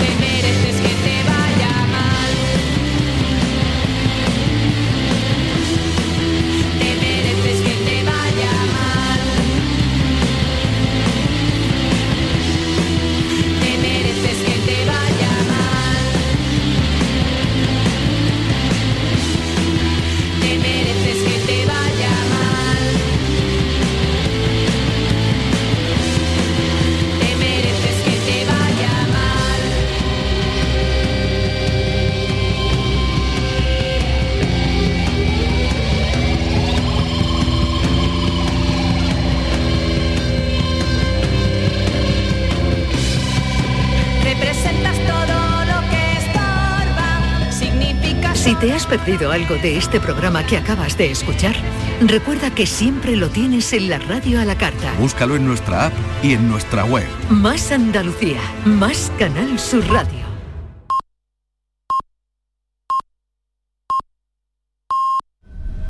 Speaker 15: te mereces que te vaya mal. Te mereces que te vaya mal. Te mereces que te vaya mal. Te mereces que te vaya mal. Te mereces que te vaya mal. Representas todo lo que estorba, significas
Speaker 10: Si te has perdido algo de este programa que acabas de escuchar, recuerda que siempre lo tienes en la radio a la carta.
Speaker 2: Búscalo en nuestra app y en nuestra web.
Speaker 10: Más Andalucía, más Canal Sur Radio.